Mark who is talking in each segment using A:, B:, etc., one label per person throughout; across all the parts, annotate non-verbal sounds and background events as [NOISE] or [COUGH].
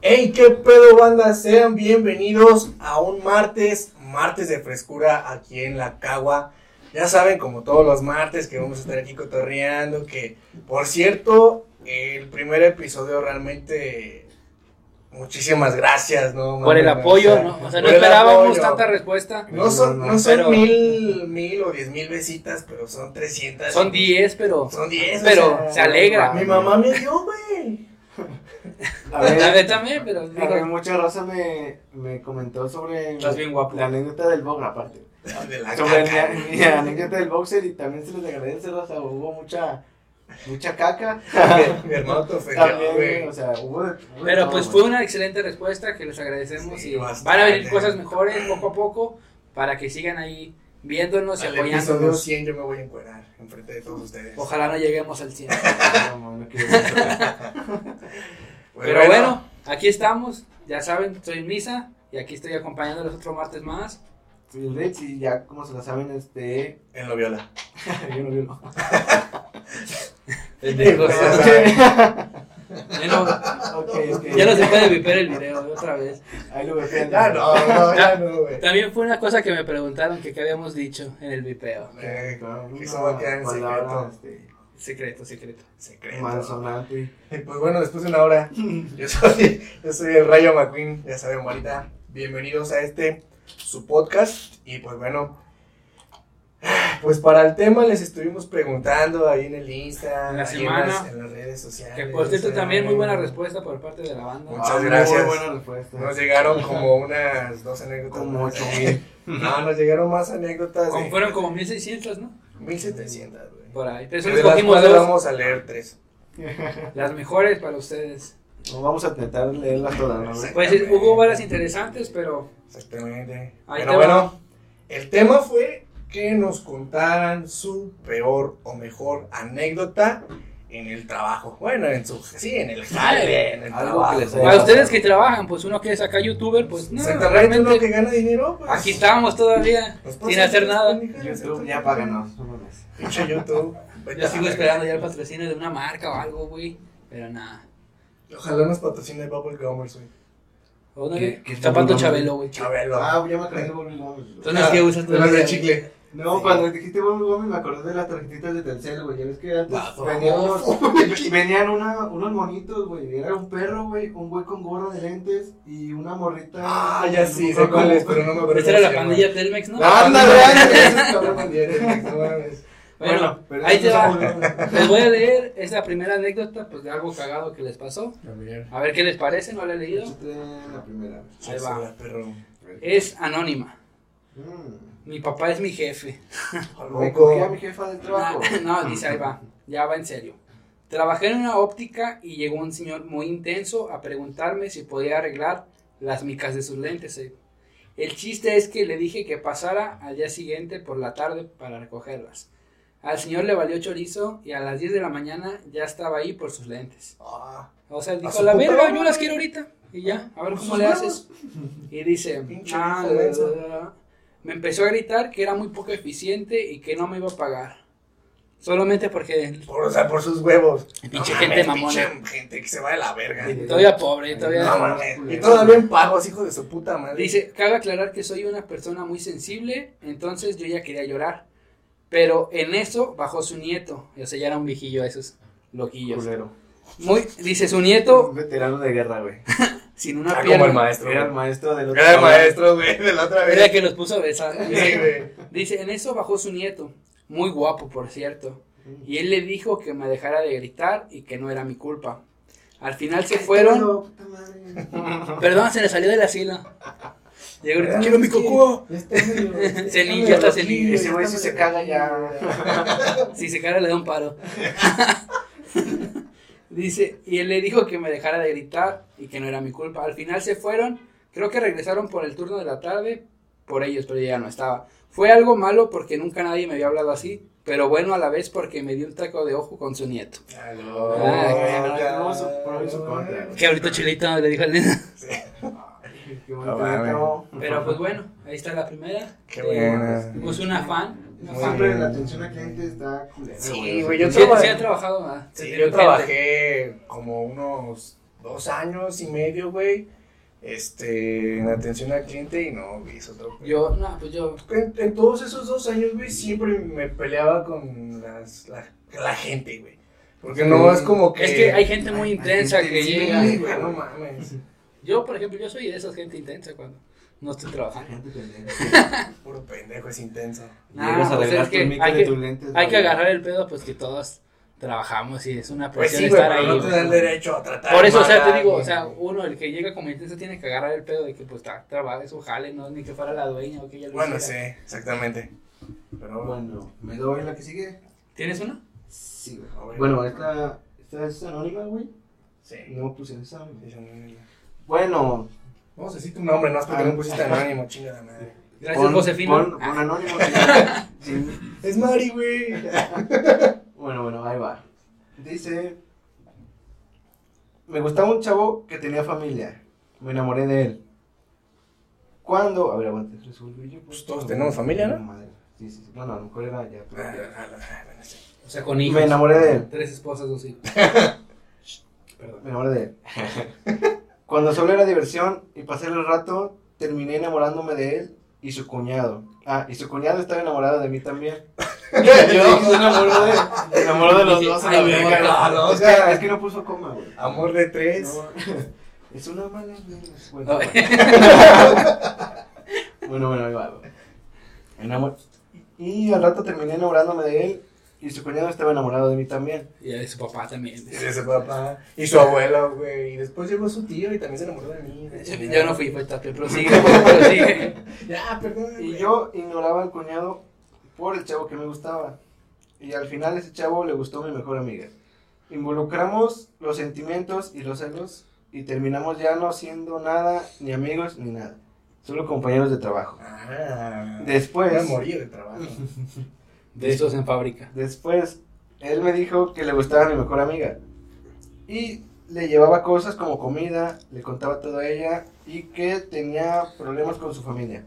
A: Hey, qué pedo, banda. Sean bienvenidos a un martes, martes de frescura aquí en La Cagua. Ya saben, como todos los martes, que vamos a estar aquí cotorreando. Que, por cierto, el primer episodio realmente. Muchísimas gracias, ¿no?
B: Por el
A: Manden,
B: apoyo,
A: o sea,
B: ¿no? O sea, no
A: por el
B: esperábamos
A: apoyo.
B: tanta respuesta.
A: No son,
B: No,
A: no,
B: no,
A: son
B: pero-
A: mil, mil o diez mil besitas, pero son 300.
B: Son 10, pero.
A: Son 10.
B: Pero se alegra.
A: Mi mamá me dio,
B: [LAUGHS]
A: güey.
C: A
B: A ver,
C: ver,
B: también, pero.
C: a ver, mucha raza me, me comentó sobre
D: Estás bien guapo.
C: la anécdota del box, aparte.
A: De la
C: Sobre
A: caca.
C: [LAUGHS] la, mi anécdota del boxer y también se les agradece, raza. Hubo mucha, mucha caca.
A: Mi- Mi hermano te ofendió,
C: también,
A: Pues güey.
C: o sea, hubo. de- hubo de
B: Pero
C: todo,
B: pues
C: güey.
B: fue una excelente respuesta que les agradecemos
A: Sí,
B: y
A: bastante.
B: van a venir cosas mejores poco a poco para que sigan ahí viéndonos y
A: Al episodio
B: apoyándonos.
A: 100 yo me voy a encuerar enfrente de todos ustedes.
B: Ojalá no lleguemos al 100.
C: No, no, no quiero decir.
A: Pues
B: Pero bueno, aquí estamos. Ya saben, soy Misa y aquí estoy acompañándolos otro martes más.
C: Soy el Rich y ya, como se la saben, este. [LAUGHS]
A: En lo viola.
C: Yo no vi no.
B: Pendejos. Ya no,
C: okay, ok.
B: ya no se puede viper el video otra vez.
C: Ahí lo ves.
A: Ya Ah, no, no, ya no, güey.
B: También fue una cosa que me preguntaron que qué habíamos dicho en el vipeo.
A: Eh, que Eso va a quedar en secreto.
B: Secreto, secreto.
A: Secreto.
C: este, Malsonante.
A: Y pues bueno, después de una hora, yo soy, yo soy el Rayo McQueen, ya saben, ahorita. Bienvenidos a este, su podcast. Y pues bueno, pues para el tema les estuvimos preguntando ahí en el Insta,
B: En la
A: ahí
B: semana.
A: las, en las redes sociales.
B: Que por cierto
A: o sea,
B: también muy buena respuesta por parte de la banda.
A: Muchas
C: Ah, muy
A: gracias.
C: buena respuesta.
A: Nos llegaron como unas dos anécdotas.
C: Como
A: más. ¿eh?
C: ocho mil.
A: No, nos llegaron más anécdotas.
B: Como
A: De
B: fueron como 1600, ¿no?
A: 1700, güey.
B: Por ahí. Pero solo
A: De las
B: escogimos
A: cuales
B: dos,
A: vamos a leer tres.
B: las mejores para ustedes.
C: No, vamos a intentar leerlas todas, ¿no? güey?
B: Pues sí, hubo varias interesantes, pero
A: Exactamente.
B: Ahí
A: Pero
B: te va.
A: bueno, el tema fue que nos contaran su peor o mejor anécdota en el trabajo. Bueno, en su. Sí, en el jale, en el
C: Algo
A: trabajo.
C: que les haya
B: para ustedes que trabajan, pues uno que es acá youtuber, pues no,
A: Exactamente, uno que
B: realmente
A: gana dinero, pues.
B: aquí estábamos todavía
A: Nos pasan
B: sin hacer
A: estas
B: nada.
A: pendejadas,
C: YouTube
A: entonces,
C: ya páganos. vámonos.
A: Pinche YouTube. vete a
B: Yo
A: la
B: sigo
A: verga.
B: esperando ya el patrocinio de una marca o algo, güey. Pero nada.
A: Ojalá nos patrocine Bubble Gummers, güey.
B: ¿O no,
C: ¿Qué-
B: güey?
C: qué
B: Zapato
C: nombre?
B: Chabelo, güey.
A: Chabelo.
C: Ah, ya me acordé de Bobby Gómez.
B: Entonces, ¿qué usas tú?
A: Las de chicle.
C: No, cuando dijiste Bobby Gómez me acordé de las tarjetitas de Telcel, güey. Ya ves que antes
A: Bajo.
C: venían, unos, [LAUGHS] venían una- unos monitos, güey. Era un perro, güey, un güey con gorro de lentes y una morrita.
A: Ah, ya sí, sé cuál es, pero no me acuerdo.
B: Esa era
A: cómo
B: la
A: se llama.
B: pandilla Telmex, ¿no?
C: ¡Ándale!
A: Esos cabrones de Telmex, no mames.
B: Bueno,
C: pero
B: ahí
C: eso
B: te
C: es
B: va.
C: Bobby Gómez.
B: Les voy a leer, es la primera anécdota pues de algo cagado que les pasó.
A: También.
B: A ver qué les parece, no la he leído.
C: Échate la primera.
B: Ahí
A: Sí,
B: va.
A: sí, la perro.
B: Es anónima.
C: Mm.
B: Mi papá es mi jefe.
C: Me
A: Loco.
C: cogí a mi jefa del
A: [LAUGHS]
C: trabajo.
B: [LAUGHS] No, dice ahí va. Ya va en serio. Trabajé en una óptica y llegó un señor muy intenso a preguntarme si podía arreglar las micas de sus lentes. eh. El chiste es que le dije que pasara al día siguiente por la tarde para recogerlas. Al señor le valió chorizo y a las 10 de la mañana ya estaba ahí por sus lentes.
A: Ah,
B: O sea, dijo,
A: su
B: la
A: puta
B: verga,
A: madre".
B: yo las quiero ahorita. Y ya, a ver
A: Pues
B: cómo
A: sus
B: le
A: huevos.
B: haces. Y dice,
A: Pinche
B: "Ah,
A: vieja mensa".
B: la, la, la". me empezó a gritar que era muy poco eficiente y que no me iba a pagar. Solamente porque
A: por, o sea, por sus huevos.
B: Pinche
A: No
B: gente
A: mames,
B: mamona.
A: Pinche gente que se va de la verga.
C: Sí.
B: todavía pobre,
A: No
B: todavía...
A: mames. Y todavía en pagos, hijo de su puta madre.
B: Dice, cabe aclarar que soy una persona muy sensible, entonces yo ya quería llorar. Pero en eso bajó su nieto, o sea, ya era un viejillo de esos loquillos.
C: Culero.
B: Muy, dice, su
C: Un
B: nieto
C: veterano de guerra, güey.
B: sin una
A: Ah, como el
B: pierna.
A: maestro.
C: Era el
A: güey.
C: maestro del otro.
A: Era el maestro, güey, de la otra
B: Era
A: vez.
B: que los puso a besar.
A: Sí, güey.
B: Dice, en eso bajó su nieto, muy guapo, por cierto.
C: Mm.
B: Y él le dijo que me dejara de gritar y que no era mi culpa. Al final se fueron. Perdón, se le salió de la sila. Llegó gritando, quiero mi [LAUGHS] coco. Senil, ya está senil.
C: Ese güey si se caga [LAUGHS] ya.
B: Si se cara le da un paro. [LAUGHS] Dice, y él le dijo que me dejara de gritar y que no era mi culpa. Al final se fueron, creo que regresaron por el turno de la tarde, por ellos, pero yo ya no estaba. Fue algo malo porque nunca nadie me había hablado así, pero bueno a la vez porque me dio un taco de ojo con su nieto.
A: Aló,
B: Ah,
C: ya,
A: ya.
C: tuvo su pro y su contra, güey.
B: Que ahorita Chilito le dijo al nene.
C: Qué
A: No mames.
C: bonito.
B: [LAUGHS] Pero pues bueno, ahí está la primera.
A: Qué
B: Eh,
A: buena.
B: Pues una fan. Una
A: Muy
B: fan.
C: Siempre la atención al cliente está culera.
A: Sí, güey, yo
B: Sí, ah,
A: trabajé.
B: sí ha trabajado, ¿verdad?
A: Sí,
B: Sí,
A: yo
B: gente.
A: trabajé como unos dos años y medio, güey, este, en atención al cliente y no, güey, es otro pedo.
B: Yo, no, pues yo.
A: En, en todos esos dos años, güey, siempre me peleaba con las, la, la gente, güey. Porque no
C: Sí.
A: es como que...
B: Es que hay gente muy
C: hay
B: intensa
C: gente
B: que
A: Sí,
C: bien,
B: llega.
A: güey, no mames.
B: Yo, por ejemplo, yo soy de esa gente intensa cuando no estoy
C: [LAUGHS]
B: trabajando.
A: Puro pendejo, es intenso.
B: Nah,
C: Llegas a
B: pues
C: arreglar
B: es que
C: tu micro
B: hay
C: de
B: que-
C: tus lentes.
B: Hay que
C: güey.
B: agarrar el pedo, pues que todos trabajamos y es una
A: Pues
B: presión
A: sí, güey,
B: estar
A: pero
B: ahí.
A: no te
B: güey.
A: da el derecho a tratar
B: Por eso, o sea,
A: mal a
B: te digo, o
A: alguien,
B: sea,
A: güey.
B: uno, el que llega como intenso tiene que agarrar el pedo de que pues está trabaja, es un jale, no es ni que fuera la dueña o que ella lo
A: Bueno, sí,
B: hiciera.
A: exactamente. Pero bueno.
C: Bueno, ¿me doy la que sigue?
B: ¿Tienes una?
C: Sí, güey.
A: A ver.
C: Bueno, esta, esta es anónima, güey.
A: Sí.
C: No puse esa. güey.
A: Dicen anónimo.
C: Bueno,
A: Vamos a decir tu nombre, no es porque
C: Ah.
A: no pusiste anónimo, chinga la madre.
B: Gracias,
C: pon-
B: Josefina.
C: Pon, pon
B: Ah,
C: [LAUGHS] anónimo. sí. Sí.
A: Es Mari, güey.
C: Bueno, bueno, ahí va. Dice, me gustaba un chavo que tenía familia. Me enamoré de él. ¿Cuándo? A ver, aguante. resuelvo yo,
A: Pues todos tenemos familia, ¿no?
C: Madre. Sí, sí, sí. Bueno, a lo mejor era ya. pero ya.
B: o sea, con hijos.
C: Me enamoré de él.
B: Tres esposas, dos
A: [LAUGHS]
B: hijos.
C: Me enamoré de él. [LAUGHS] Cuando solo era diversión y pasé el rato, terminé enamorándome de él y su cuñado. Ah, y su cuñado estaba enamorado de
A: [LAUGHS]
C: mí también. yo [LAUGHS] me enamoró de, me enamoró de los
B: Dije,
C: dos. a
B: ay,
C: la
B: me
C: verga.
A: enamoró de los
C: Es que-
A: dos.
C: Es que no puso coma, güey.
A: Amor de tres.
C: No, [LAUGHS] es una mala verga.
B: No.
C: Bueno, [LAUGHS] bueno, bueno, ahí va. güey. Enamor- Y al rato terminé enamorándome de él y su cuñado estaba enamorado de mí también.
B: Y de su papá también.
A: Y de su papá. Y su abuelo, güey. Y después llegó su tío y también se enamoró de mí. la chingada.
B: Yo no fui, fue Tapia, pero
A: [LAUGHS]
B: sigue, pero sigue.
A: Ya, perdón.
C: Y
A: güey.
C: yo ignoraba al cuñado por el chavo que me gustaba. Y al final ese chavo le gustó a mi mejor amiga. Involucramos los sentimientos y los celos y terminamos ya no siendo nada, ni amigos, ni nada. Solo compañeros de trabajo.
A: Ah.
C: Después...
A: Voy a morir de
C: [LAUGHS]
A: trabajo.
B: De estos en fábrica.
C: Después, él me dijo que le gustaba mi mejor amiga. Y le llevaba cosas como comida, le contaba todo a ella y que tenía problemas con su familia.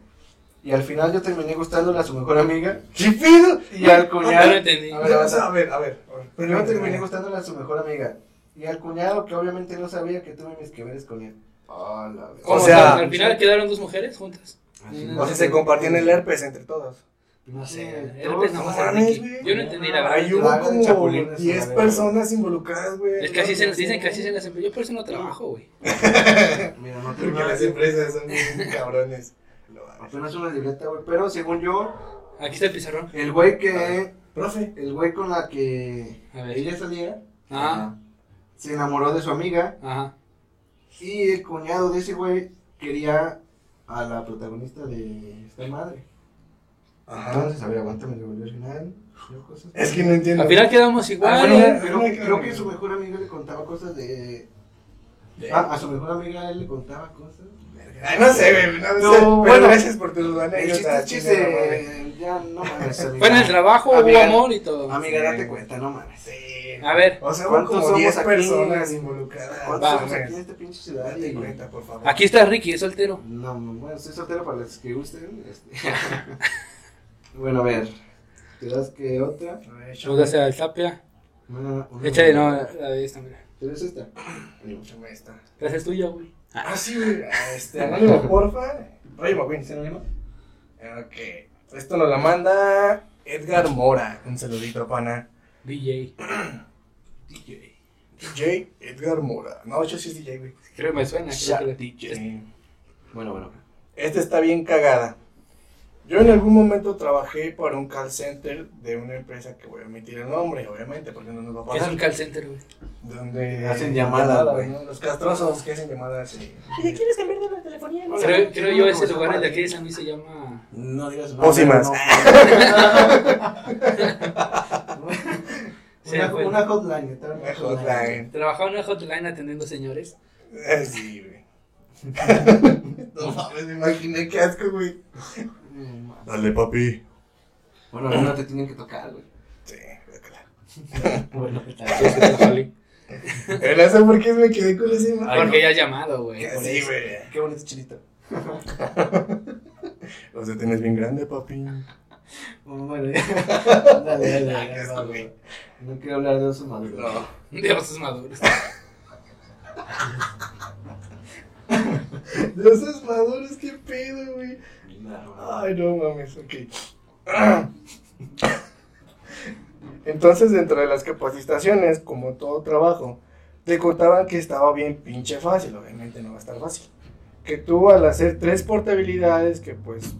C: Y al final yo terminé gustándole a su mejor amiga
A: ¿Qué pedo?
C: y al
B: Ya lo
C: cuñado.
B: entendí.
A: A ver, a ver, a ver, a ver.
C: Pero yo terminé gustándole a su mejor amiga. Y al cuñado que obviamente no sabía que tuve mis que veres con él. Ah, la verga.
B: ¿Cómo?
A: O sea-
B: al final quedaron dos mujeres juntas.
A: O sea, se compartían el herpes entre todos.
B: No sé,
C: Sí,
B: era
C: todos
B: pues
C: no
B: nomás
A: mames,
B: era Ricky.
A: güey.
B: Yo no entendí la
A: Ahí
B: verdad.
C: un-
A: hubo
C: Plaga de
A: como
C: chapulines,
A: 10
C: la verga.
A: personas involucradas, güey.
B: Es que así se nos dicen que así se las empresas. Yo por eso no trabajo, güey.
C: Mira, no
A: Porque
C: tengo nada.
A: las empresas son bien cabrones. Lo hago.
C: Apenas una libreta, güey. Pero según yo,
B: Aquí está el pizarrón.
C: el güey que.
A: Profe.
C: El güey con la que
B: A ver.
C: ella salía.
B: Ah,
C: Se enamoró de su amiga
B: ajá.
C: y el cuñado de ese güey quería a la protagonista de esta madre. Ah,
A: Ajá.
C: Entonces, a ver, aguántame, le volvió al final. yo cosas-
A: Es que no entiendo.
B: Al final quedamos
C: Ah,
B: igual.
C: bueno,
A: Ay,
C: creo, que-
A: ay,
C: creo
A: ay.
C: que su mejor amiga le contaba cosas de...
A: De-
C: Ah, a su mejor amiga él le contaba cosas.
A: Ay, no sé, güey. No,
C: No,
A: sé. Pero
C: bueno.
A: gracias por tus
C: El chiste
A: anécdotas.
C: es chiste, ya no mames. amiga.
B: Fue en el trabajo, hubo
C: Amiga-
B: amor y todo.
C: Amiga, date cuenta, no mames.
A: Sí.
B: A ver,
A: O sea, hubo
C: ¿Cuántos
A: como
C: somos
A: 10
C: aquí?
A: personas involucradas.
C: ¿Cuántos
A: Vamos,
C: somos aquí en esta pinche ciudad?
A: Date
C: Y-
A: cuenta, por favor.
B: aquí está Ricky, es soltero.
C: No, bueno, estoy soltero para los que gusten. este. [LAUGHS] bueno, a ver. ¿Te das que otra?
A: A ver,
B: Vamos a
A: échame-
B: hacer al tapia.
C: Una, una-
B: Échale, no, la la de esta, mira.
C: ¿Te das esta? Ánimo.
A: échame esta.
B: Gracias tuya, güey.
A: Ah, sí, güey. [LAUGHS] Ah, Este, anónimo, porfa. Rayo McQueen, ¿sí anónimo? Ok. Esto nos la manda Edgar Mora. Un saludito, pana.
B: DJ. DJ.
A: DJ Edgar Mora. No, yo sí es DJ, güey.
B: Creo que me suena.
A: Ya,
B: Creo que
A: DJ.
B: la-
C: Bueno, bueno.
A: Esta está bien cagada. Yo en algún momento trabajé para un call center de una empresa que voy a omitir el nombre, obviamente, porque no nos va a
B: Es un
A: pagar.
B: call center, güey.
A: Donde
C: Hacen llamadas, güey.
A: ¿no? Los castrosos que hacen llamadas. sí.
D: ¿Quieres cambiar de la telefonía?
C: Hola.
B: Creo,
C: Sí,
B: creo
C: no,
B: yo
C: no,
B: ese
C: no,
B: lugar, el de
C: no,
B: aquí de
C: no.
B: San Luis se llama...
C: No digas nada.
A: Pósimas.
C: [LAUGHS]
B: se
C: una,
B: fue.
C: una hotline. está una
A: Una hotline.
B: Trabajaba en una hotline atendiendo señores.
A: Eh, Sí,
C: [LAUGHS]
A: güey. no mames, me imaginé qué asco, güey.
C: Mm, ma-
A: Dale, papi.
C: Bueno, no te tienen que tocar, güey.
A: Sí, guácala.
C: Bueno,
A: Pero no sé por qué me quedé con esa imagen.
B: Porque ya has llamado, güey. por
A: Sí,
B: eso.
A: güey.
C: qué bonito chilito.
A: O sea, tienes bien grande, papi.
C: Oh, Bueno, [LAUGHS] dale, dale,
A: Ah, qué
C: dale.
A: asco,
C: va,
A: güey. [LAUGHS]
C: va. No quiero hablar de osos maduros.
A: No.
B: De osos maduros.
A: De esos maduros, qué pedo, güey. Ay, no mames, ok. Entonces, dentro de las capacitaciones, como todo trabajo, te contaban que estaba bien pinche fácil, obviamente no va a estar fácil. Que tú al hacer tres portabilidades, que pues,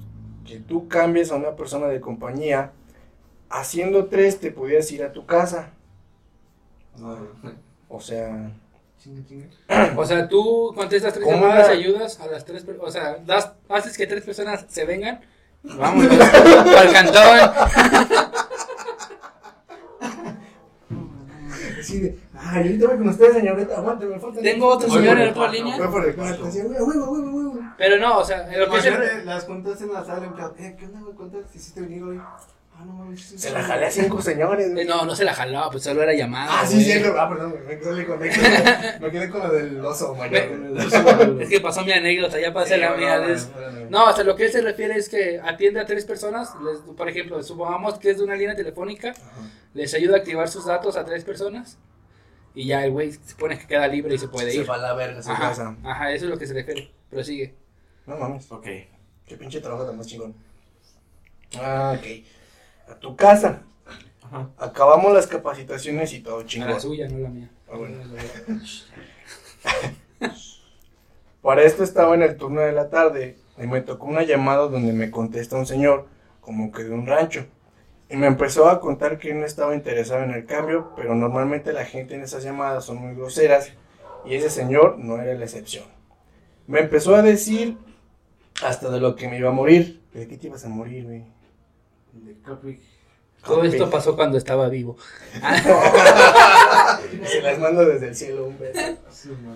A: que tú cambies a una persona de compañía, haciendo tres te podías ir a tu casa. O sea,
C: Chinga, chinga.
B: O sea, tú contestas tres
A: ¿Cómo
B: llamadas,
A: era?
B: ayudas a las tres personas. O sea, das, haces que tres personas se vengan. Vamos, [LAUGHS] al cantón.
A: así de, ay, ahorita voy con ustedes, señorita, aguante, me falta.
B: Tengo otro
E: Voy
B: señor
E: por
B: en
E: el
B: otra
E: cuarto,
B: línea.
A: Voy por el cuarto, así, güey, güey, güey, güey, güey.
B: Pero no, o sea, lo que es el-
C: Mañana, eh, las juntas en la sala, en plan, eh, ¿qué onda, güey? ¿Cuántas hiciste venir hoy? Ah, no mames. sí, sí,
A: Se la
C: sí.
A: jalé a cinco señores.
B: eh,
A: güey.
B: No, no se la jalaba, pues solo era llamada.
A: Ah, sí,
B: güey.
A: cierto. Ah, perdón, güey, me quedé con, me quedé- me quedé con lo del oso mayor. güey.
B: [LAUGHS] Es que pasó mi anécdota, ya pasé la
A: Sí,
B: mía.
A: no,
B: de eso.
A: no, no, no.
B: No, o sea, lo que él se refiere es que atiende a tres personas. les- por ejemplo, supongamos que es de una línea telefónica.
A: Ajá.
B: Les ayuda a activar sus datos a tres personas. Y ya el güey se pone que queda libre y se puede
A: Se
B: ir.
A: va a la verga su
B: Ajá,
A: casa.
B: ajá, eso es lo que se refiere. Prosigue.
A: No mames,
E: Ok.
A: qué pinche trabajo tan más chingón. Ah, ok. A tu casa.
C: Ajá.
A: Acabamos las capacitaciones y todo
B: A
A: chingón.
B: la suya, no la mía.
A: Ah, bueno. Para esto estaba en el turno de la tarde y me tocó una llamada donde me contesta un señor, como que de un rancho. Y me empezó a contar que él no estaba interesado en el cambio, pero normalmente la gente en esas llamadas son muy groseras y ese señor no era la excepción. Me empezó a decir hasta de lo que me iba a morir. ¿De qué te ibas a morir, güey?
C: De Cupcake.
B: Todo esto
A: Ok.
B: pasó cuando estaba vivo. Ah,
A: [LAUGHS] Se las mando desde el cielo, un beso.
C: Sí, no,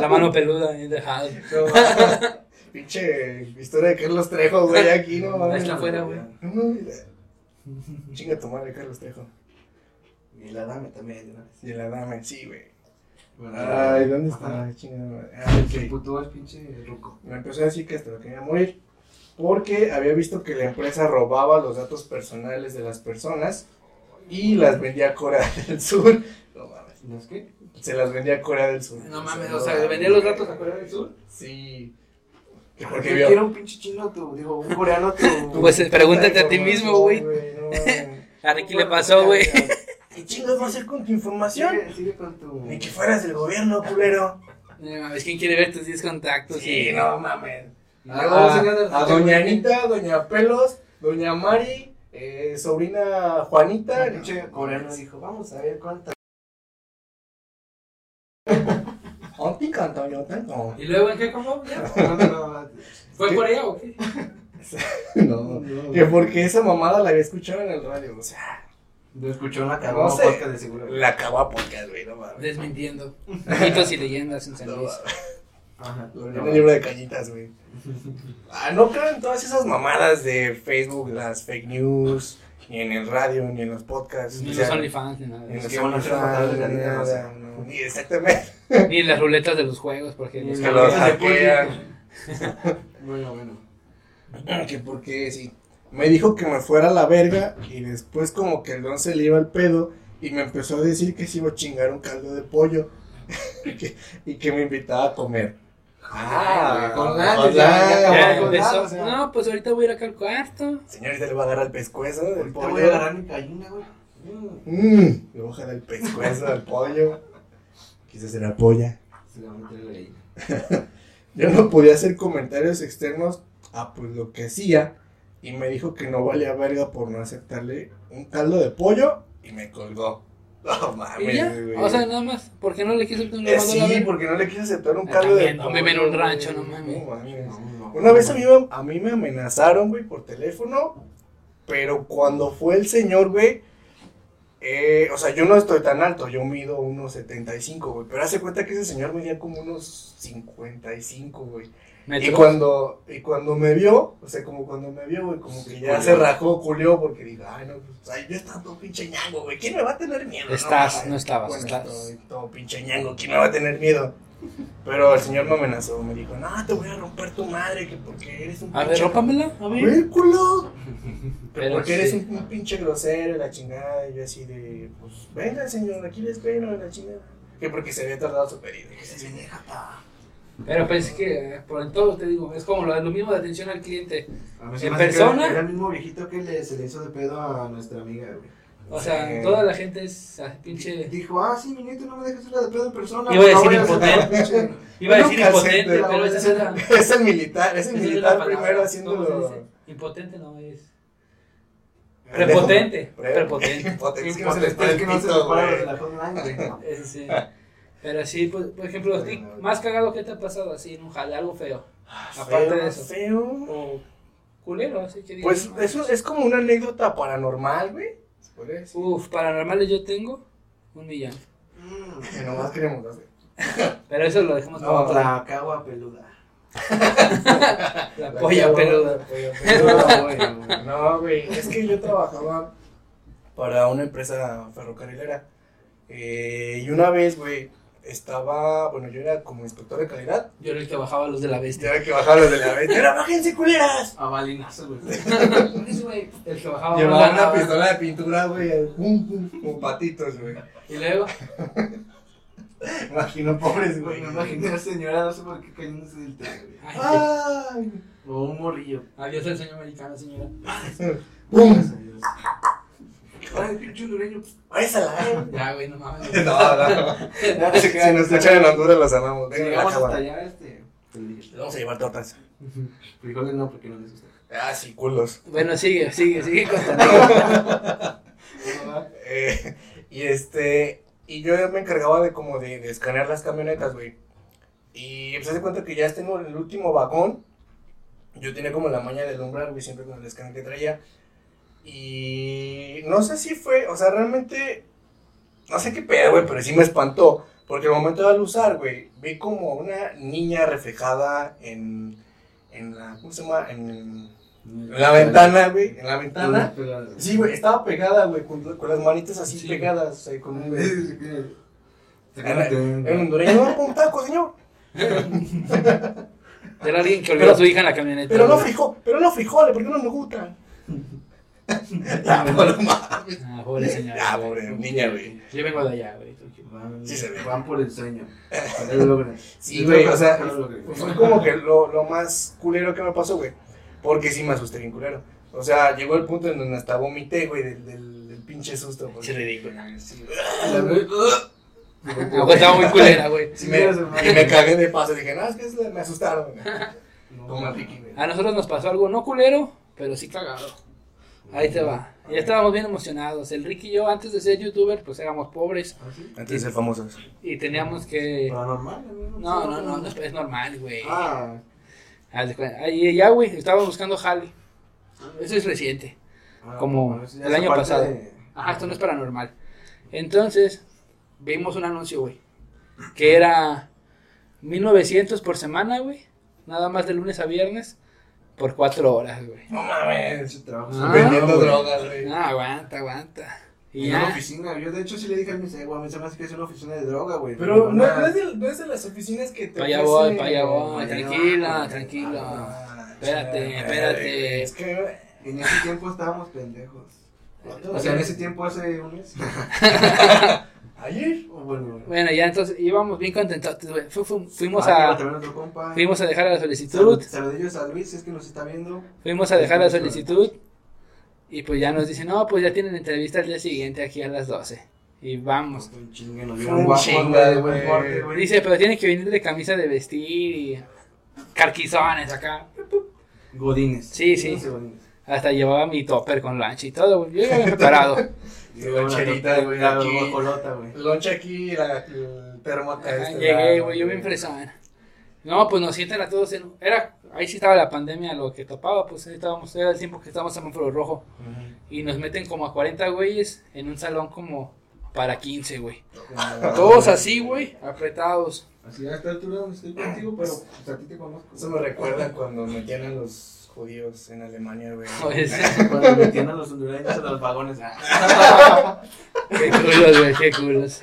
B: [LAUGHS] La mano peluda en dejado.
A: No [LAUGHS] mames. Pinche historia de Carlos Trejo, güey, aquí, no mames.
B: Está afuera, güey.
A: No mames. Chinga tu madre, Carlos Trejo.
C: Y la dame también, ¿no?
A: Y el Adame, sí, güey.
C: Bueno,
A: Ay, ¿dónde
C: ajá.
A: está? Ay, Chinga madre. Ah, ok.
C: Se putó el pinche ruco.
A: Me empezó a decir que hasta lo quería morir. Porque había visto que la empresa robaba los datos personales de las personas y las vendía a Corea [LAUGHS] del Sur. No mames.
C: ¿No es qué?
A: Se las vendía a Corea del Sur.
B: No mames, o sea, le vendía los datos a Corea del Sur. Ah,
A: Sí. Que
C: Porque
A: Porque
C: yo
A: vio.
C: quiero un pinche chino, tú. Digo, un coreano,
B: [LAUGHS]
C: tú.
B: Pues eh, pregúntate a ti mismo, güey. [LAUGHS]
A: no mames.
B: A Ricky le pasó, güey.
A: [LAUGHS] ¿Qué chingas va a hacer con tu información?
C: Sigue, sigue con tu.
A: Ni que fueras del gobierno, culero.
B: No mames, ¿quién quiere ver tus 10 contactos?
A: Sí, no mames.
C: Ah,
A: Luego,
C: ah,
A: señora,
C: ah,
A: a doña Anita, doña Pelos, doña Mari, eh, sobrina Juanita.
C: El pinche coreano dijo, vamos a ver cuánta.
A: Onti canto, yo tengo.
B: ¿Y luego en qué acabó? ¿Ya?
C: [LAUGHS] No, no, no.
B: ¿Fue por allá o qué?
A: [LAUGHS] No.
C: [LAUGHS]
A: Que porque esa mamada la había escuchado en el radio. O sea,
C: Lo escuchó en la
A: No
C: cagada
A: sé.
C: podcast de seguro.
A: la acaba podcast, güey, no mames.
B: Desmintiendo. Mitos y leyendas en San
A: No
B: Luis.
A: mames.
C: Ajá.
A: En un libro de cañitas,
B: [LAUGHS]
A: güey. Ah, no creo en todas esas mamadas de Facebook, las fake news, ni en el radio, ni en los podcasts.
B: Ni
A: o
B: los
A: sea,
B: OnlyFans ni nada.
A: [LAUGHS] ni en los
C: que van a hacer mamadas de
A: OnlyFans,
C: cañitas,
A: nada,
C: o sea.
A: no, Ni exactamente.
B: Ni las ruletas de los juegos, porque
C: Ni
B: los
A: Que
C: las
A: los
C: ruletas de
A: hackean.
C: [LAUGHS] Bueno, bueno.
A: Que porque sí. Me dijo que me fuera a la verga y después como que el don se le iba el pedo y me empezó a decir que se iba a chingar un caldo de pollo [LAUGHS] y, que, y que me invitaba a comer.
C: Ah, con
A: la
C: la-
B: Ya
C: Ya,
B: empezó.
C: o sea.
B: No, pues ahorita voy a ir acá al cuarto.
A: Señorita, le va a agarrar el pescuezo del
C: Ahorita
A: pollo.
C: voy a agarrar mi gallina, güey. Mm.
A: Mmm, le voy a jalar el pescuezo al pollo. Quizás era polla.
C: Se la va a meter la gallina.
A: Yo no podía hacer comentarios externos a pues lo que hacía y me dijo que no valía verga por no aceptarle un caldo de pollo y me colgó. [LAUGHS] No
B: Y
A: mames,
B: ya.
A: Ah, güey.
B: O sea, nada más. ¿Por qué no le quiso el turno?
A: Eh, sí, porque no le quise aceptar un
B: Ah,
A: caldo de
B: también, no, vive en un
A: güey.
B: rancho, no mames.
A: mames.
C: No, no,
A: Una vez a
C: no.
A: mí, me- a mí me amenazaron, güey, por teléfono, pero cuando fue el señor, güey, eh, o sea, yo no estoy tan alto, yo mido unos 75, güey, pero hace cuenta que ese señor medía como unos 55, güey. Y cuando, y cuando me vio, o sea, como cuando me vio, güey, como que ya
C: culió.
A: se rajó, culió, porque dijo, ay, no, pues, ay, yo estaba todo pinche ñango, güey, ¿quién me va a tener miedo?
B: Estás,
A: mames".
B: no estabas,
A: Bueno,
B: estás.
A: Ah, pues, estoy todo pinche ñango, ¿quién me va a tener miedo? Pero el señor me amenazó, me dijo, no, te voy a romper tu madre, que porque eres un
B: A ver,
A: pinche-
B: rópamela. A ver.
A: Güey, culo.
B: Pero
A: porque
B: sí.
A: eres un, un pinche grosero, la chingada, y yo así de, pues, venga, señor, aquí les espero, la chingada. Que porque se había tardado su pedido.
B: Pero pues es que eh, por en todo te digo, es como lo, lo mismo de atención al cliente.
C: A mí se
B: ¿En
C: me hace que
B: persona?
C: Era, era el mismo viejito que le, se le hizo de pedo a nuestra amiga, güey.
B: O sea,
A: Sí.
B: toda la gente es ah, pinche.
C: Dijo, ah, sí, mi nieto no me deja hacerla de pedo en persona.
B: Iba a
C: no
B: decir
C: voy sacar
B: impotente.
C: pinche-
B: [LAUGHS] Iba a
A: Nunca
B: decir
A: sé,
B: impotente,
A: pero
B: pero esa es la.
A: [LAUGHS] Es el militar, es
B: esa
A: el
B: es la
A: militar
B: palabra.
A: primero
B: ¿Cómo se
A: haciéndolo.
B: dice? Impotente no es.
A: Pendejo.
B: Prepotente.
A: [LAUGHS] Pre-
B: Prepotente.
A: Impotente. Es que no se les para
C: Es
A: el
C: que no se
A: pito,
C: separa
A: güey.
C: de la hotline, güey.
B: Ese sí. Pero sí, pues, por ejemplo, a ti, más cagado que te ha pasado así en un jale, algo feo. Aparte de eso.
A: Feo.
B: O culero, así que digas,
A: Pues
B: "No manches".
A: eso es como una anécdota paranormal, güey. ¿Se puede decir?
B: Uf, paranormales yo tengo un millón.
A: Que nomás queremos hacer.
B: Pero eso lo dejamos para
C: Mm. No,
B: otra.
C: la cagua peluda.
B: La, polla peluda. [LAUGHS]
A: peluda. No, güey, es que yo trabajaba para una empresa ferrocarrilera. Eh, y una vez, güey, estaba, bueno, yo era como inspector de calidad.
B: Yo era el que bajaba los de la bestia.
A: Ya que bajaron los de la vez. ¡Pero bájense, culeras!
C: A balinazo, güey.
B: [LAUGHS] El que bajaba
A: Llevaban
B: más la-
A: una pistola de pintura, güey, pum, pum, como patitos, güey.
B: Y luego,
A: Imagino pobres,
C: [LAUGHS] Güey, me imaginé a la señora, no sé por qué cayéndose del techo, güey.
B: ay,
A: Ah. ¡Ay!
C: O un morrillo.
B: adiós el sueño americano, señora.
A: ¡Pum!
C: Ay, pinche hondureño.
A: ¡Órésela!
B: Ya, güey, no mames.
A: No, [LAUGHS] no.
C: [LAUGHS]
A: Si si nos escuchan en Honduras, los amamos. Venga,
C: Llegamos
A: la
C: hasta
A: cámara.
C: allá, este.
A: Les Vamos a llevar tortas.
C: Frijoles no, porque no les gusta.
A: Ah, sí, culos.
B: Bueno, sigue, sigue, sigue con
A: Eh, [LAUGHS] y este, y yo me encargaba de como de, de escanear las camionetas, güey. Y pues se cuenta que ya tengo el último vagón. Yo tenía como la maña de alumbrar, güey, siempre con el escáner que traía. Y no sé si fue, o sea, realmente, no sé qué pedo, güey, pero sí me espantó. Porque al momento de alusar, güey, vi como una niña reflejada en, en la, ¿cómo se llama? En, en la ventana, güey, en la ventana. Sí, güey, estaba pegada, güey, con, con las manitas así
B: Sí.
A: pegadas, o sea, con un... En, en
C: Era-
A: hondureño, no, un taco, señor.
B: Era alguien que olvidó a su hija en la camioneta.
A: Pero no
B: güey.
A: frijol, pero no frijoles, porque no me gustan. Ya, no mames.
B: Ah, pobre señora.
A: Ya,
B: güey.
A: pobre niña, güey.
B: Yo vengo de allá, güey.
C: Van-
A: Sí se ve.
C: Van por
A: [LAUGHS]
C: el sueño. No lo logran.
A: Sí, güey, o sea,
C: No lo logran.
A: fue como
C: [LAUGHS]
A: que lo, lo más culero que me pasó, güey. Porque sí me asusté bien culero. O sea, llegó el punto en donde hasta vomité, güey, del, del, del pinche susto. porque-
B: Sí, ridículo.
A: Sí,
B: Agua estaba muy culera, güey.
A: sí me, y me cagué de paso. Dije, no, es que es la- me asustaron. güey. [LAUGHS] Como a Ricky, güey.
B: A nosotros nos pasó algo no culero, pero sí cagado. Ahí te va. Ya estábamos bien emocionados. El Ricky y yo, antes de ser youtuber, pues éramos pobres
C: ¿Ah, sí?
A: Antes de ser famosos.
B: y teníamos que.
C: Paranormal.
B: No, no, no, no, es normal, güey.
C: Ah,
B: Haz de cuenta. Ahí ya, güey, estaba buscando jale. Eso es reciente.
C: ah,
B: Como
C: bueno, eso ya
B: el
C: es
B: año
C: parte
B: pasado.
C: de-
B: Ajá, esto no es paranormal. Entonces, vimos un anuncio, güey. Que era 1900 por semana, güey. Nada más de lunes a viernes. Por cuatro horas, güey.
A: No mames.
C: Ese trabajo
B: Ah,
C: se-
A: Vendiendo
C: güey.
A: drogas, güey.
B: No, aguanta, aguanta. Y
C: En una
B: ya.
C: oficina. Yo, de hecho, sí le dije a mi güey, a mí se me hace que es una oficina de droga, güey.
A: Pero no,
C: Una-
A: no es de, no es de las oficinas que te
B: Pa' allá
A: ofrecen-
B: voy, pa' allá voy,
A: Ah,
B: tranquila,
A: ah,
B: tranquila.
A: ah,
B: Espérate,
A: chingada,
B: espérate.
A: Es que
C: En ese tiempo estábamos pendejos. O sea, en ese tiempo hace un mes.
A: ayer
C: O bueno,
B: Bueno, ya entonces íbamos bien contentos. güey. Fu- fu- Fuimos
C: Ah,
B: a.
C: también otro compa.
B: Fuimos a dejar la solicitud.
C: Salud- Saludillos a Luis, si es que nos está viendo.
B: Fuimos a dejar la solicitud y pues ya nos dicen, no, pues ya tienen entrevista al día siguiente aquí a las 12. Y vamos.
C: Fue un chingue,
A: Fue
C: nos
A: un
C: vieron guapos,
A: chinga,
C: güey, de buen
A: güey.
C: porte, güey.
B: Dice, pero tiene que venir de camisa de vestir y carquizones acá.
C: Godines.
B: Sí, sí.
C: Dice Godines.
B: Hasta llevaba mi topper con lancha y todo. güey. Yo iba bien preparado.
A: Sí, loncherita, güey,
C: La
A: aquí.
C: guacolota, güey.
A: loncha aquí la, el termota
B: Ajá,
A: este
B: Llegué,
A: lado,
B: güey, yo bien fresón. No, pues nos sientan a todos en... Era, ahí sí estaba la pandemia, lo que topaba, pues ahí estábamos, era el tiempo que estábamos a semáforo rojo.
A: Ujú.
B: Y nos meten como a 40 güeyes en un salón como para 15, güey.
C: Como-
B: Todos así, güey, apretados. [LAUGHS]
C: Así a esta altura donde estoy contigo, pero pues, a ti te conozco.
A: Eso me recuerda cuando metían a los judíos en Alemania,
B: [LAUGHS]
A: güey.
B: Pues,
C: Cuando metían a los hondureños a los vagones. ah.
B: qué culos, güey, qué culos.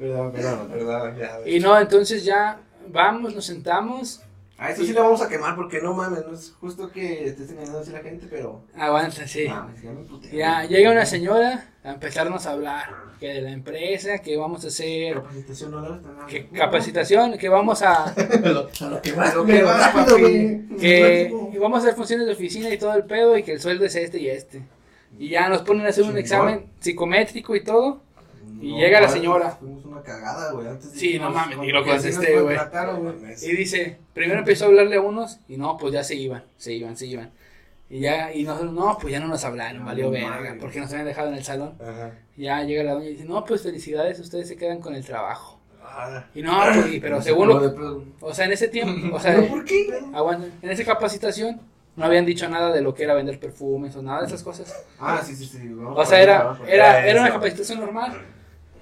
C: Perdón, perdón.
A: ¿Verdad? Ya, güey.
B: Y no, entonces ya vamos, nos sentamos.
C: A eso sí la vamos a quemar porque no mames, no es justo que estés engañando así a la gente, pero.
B: Aguanta, sí.
C: Mames, ya me puteé.
B: Ya llega una señora a empezarnos a hablar que de la empresa, que vamos a hacer,
C: Capacitación no la están dando.
B: que capacitación, que vamos a
A: A lo que vas,
C: Lo
A: güey,
C: que vas,
A: rápido,
C: papi.
A: güey.
B: que Eh,
C: Pues,
B: vamos a hacer funciones de oficina y todo el pedo y que el sueldo es este y este. Y ya nos ponen a hacer un
C: Chingón.
B: examen psicométrico y todo. Y
C: No,
B: llega la
C: mames,
B: señora.
C: Fuimos una cagada, güey. Antes
B: Sí, no mames, ni lo contesté, güey. Y
A: Sí,
B: dice, primero empezó a hablarle a unos y no, pues ya se iban, se iban, se iban. Y ya, y nosotros, no, pues ya no nos hablaron,
C: No,
B: valió
C: madre,
B: verga,
C: güey.
B: porque nos habían dejado en el salón.
A: Ajá.
B: Ya llega la doña y dice, no, pues felicidades, ustedes se quedan con el trabajo.
A: Ah,
B: Y no, pues, y- pero seguro, o sea, en ese tiempo, o sea,
A: [LAUGHS] ¿Pero por qué?
B: aguanta, en esa capacitación no habían dicho nada de lo que era vender perfumes o nada de esas cosas.
C: Ah, sí, sí, sí. vamos
B: O
C: por
A: pues,
B: sea,
C: ahí
B: era,
C: abajo.
B: era, era una capacitación normal.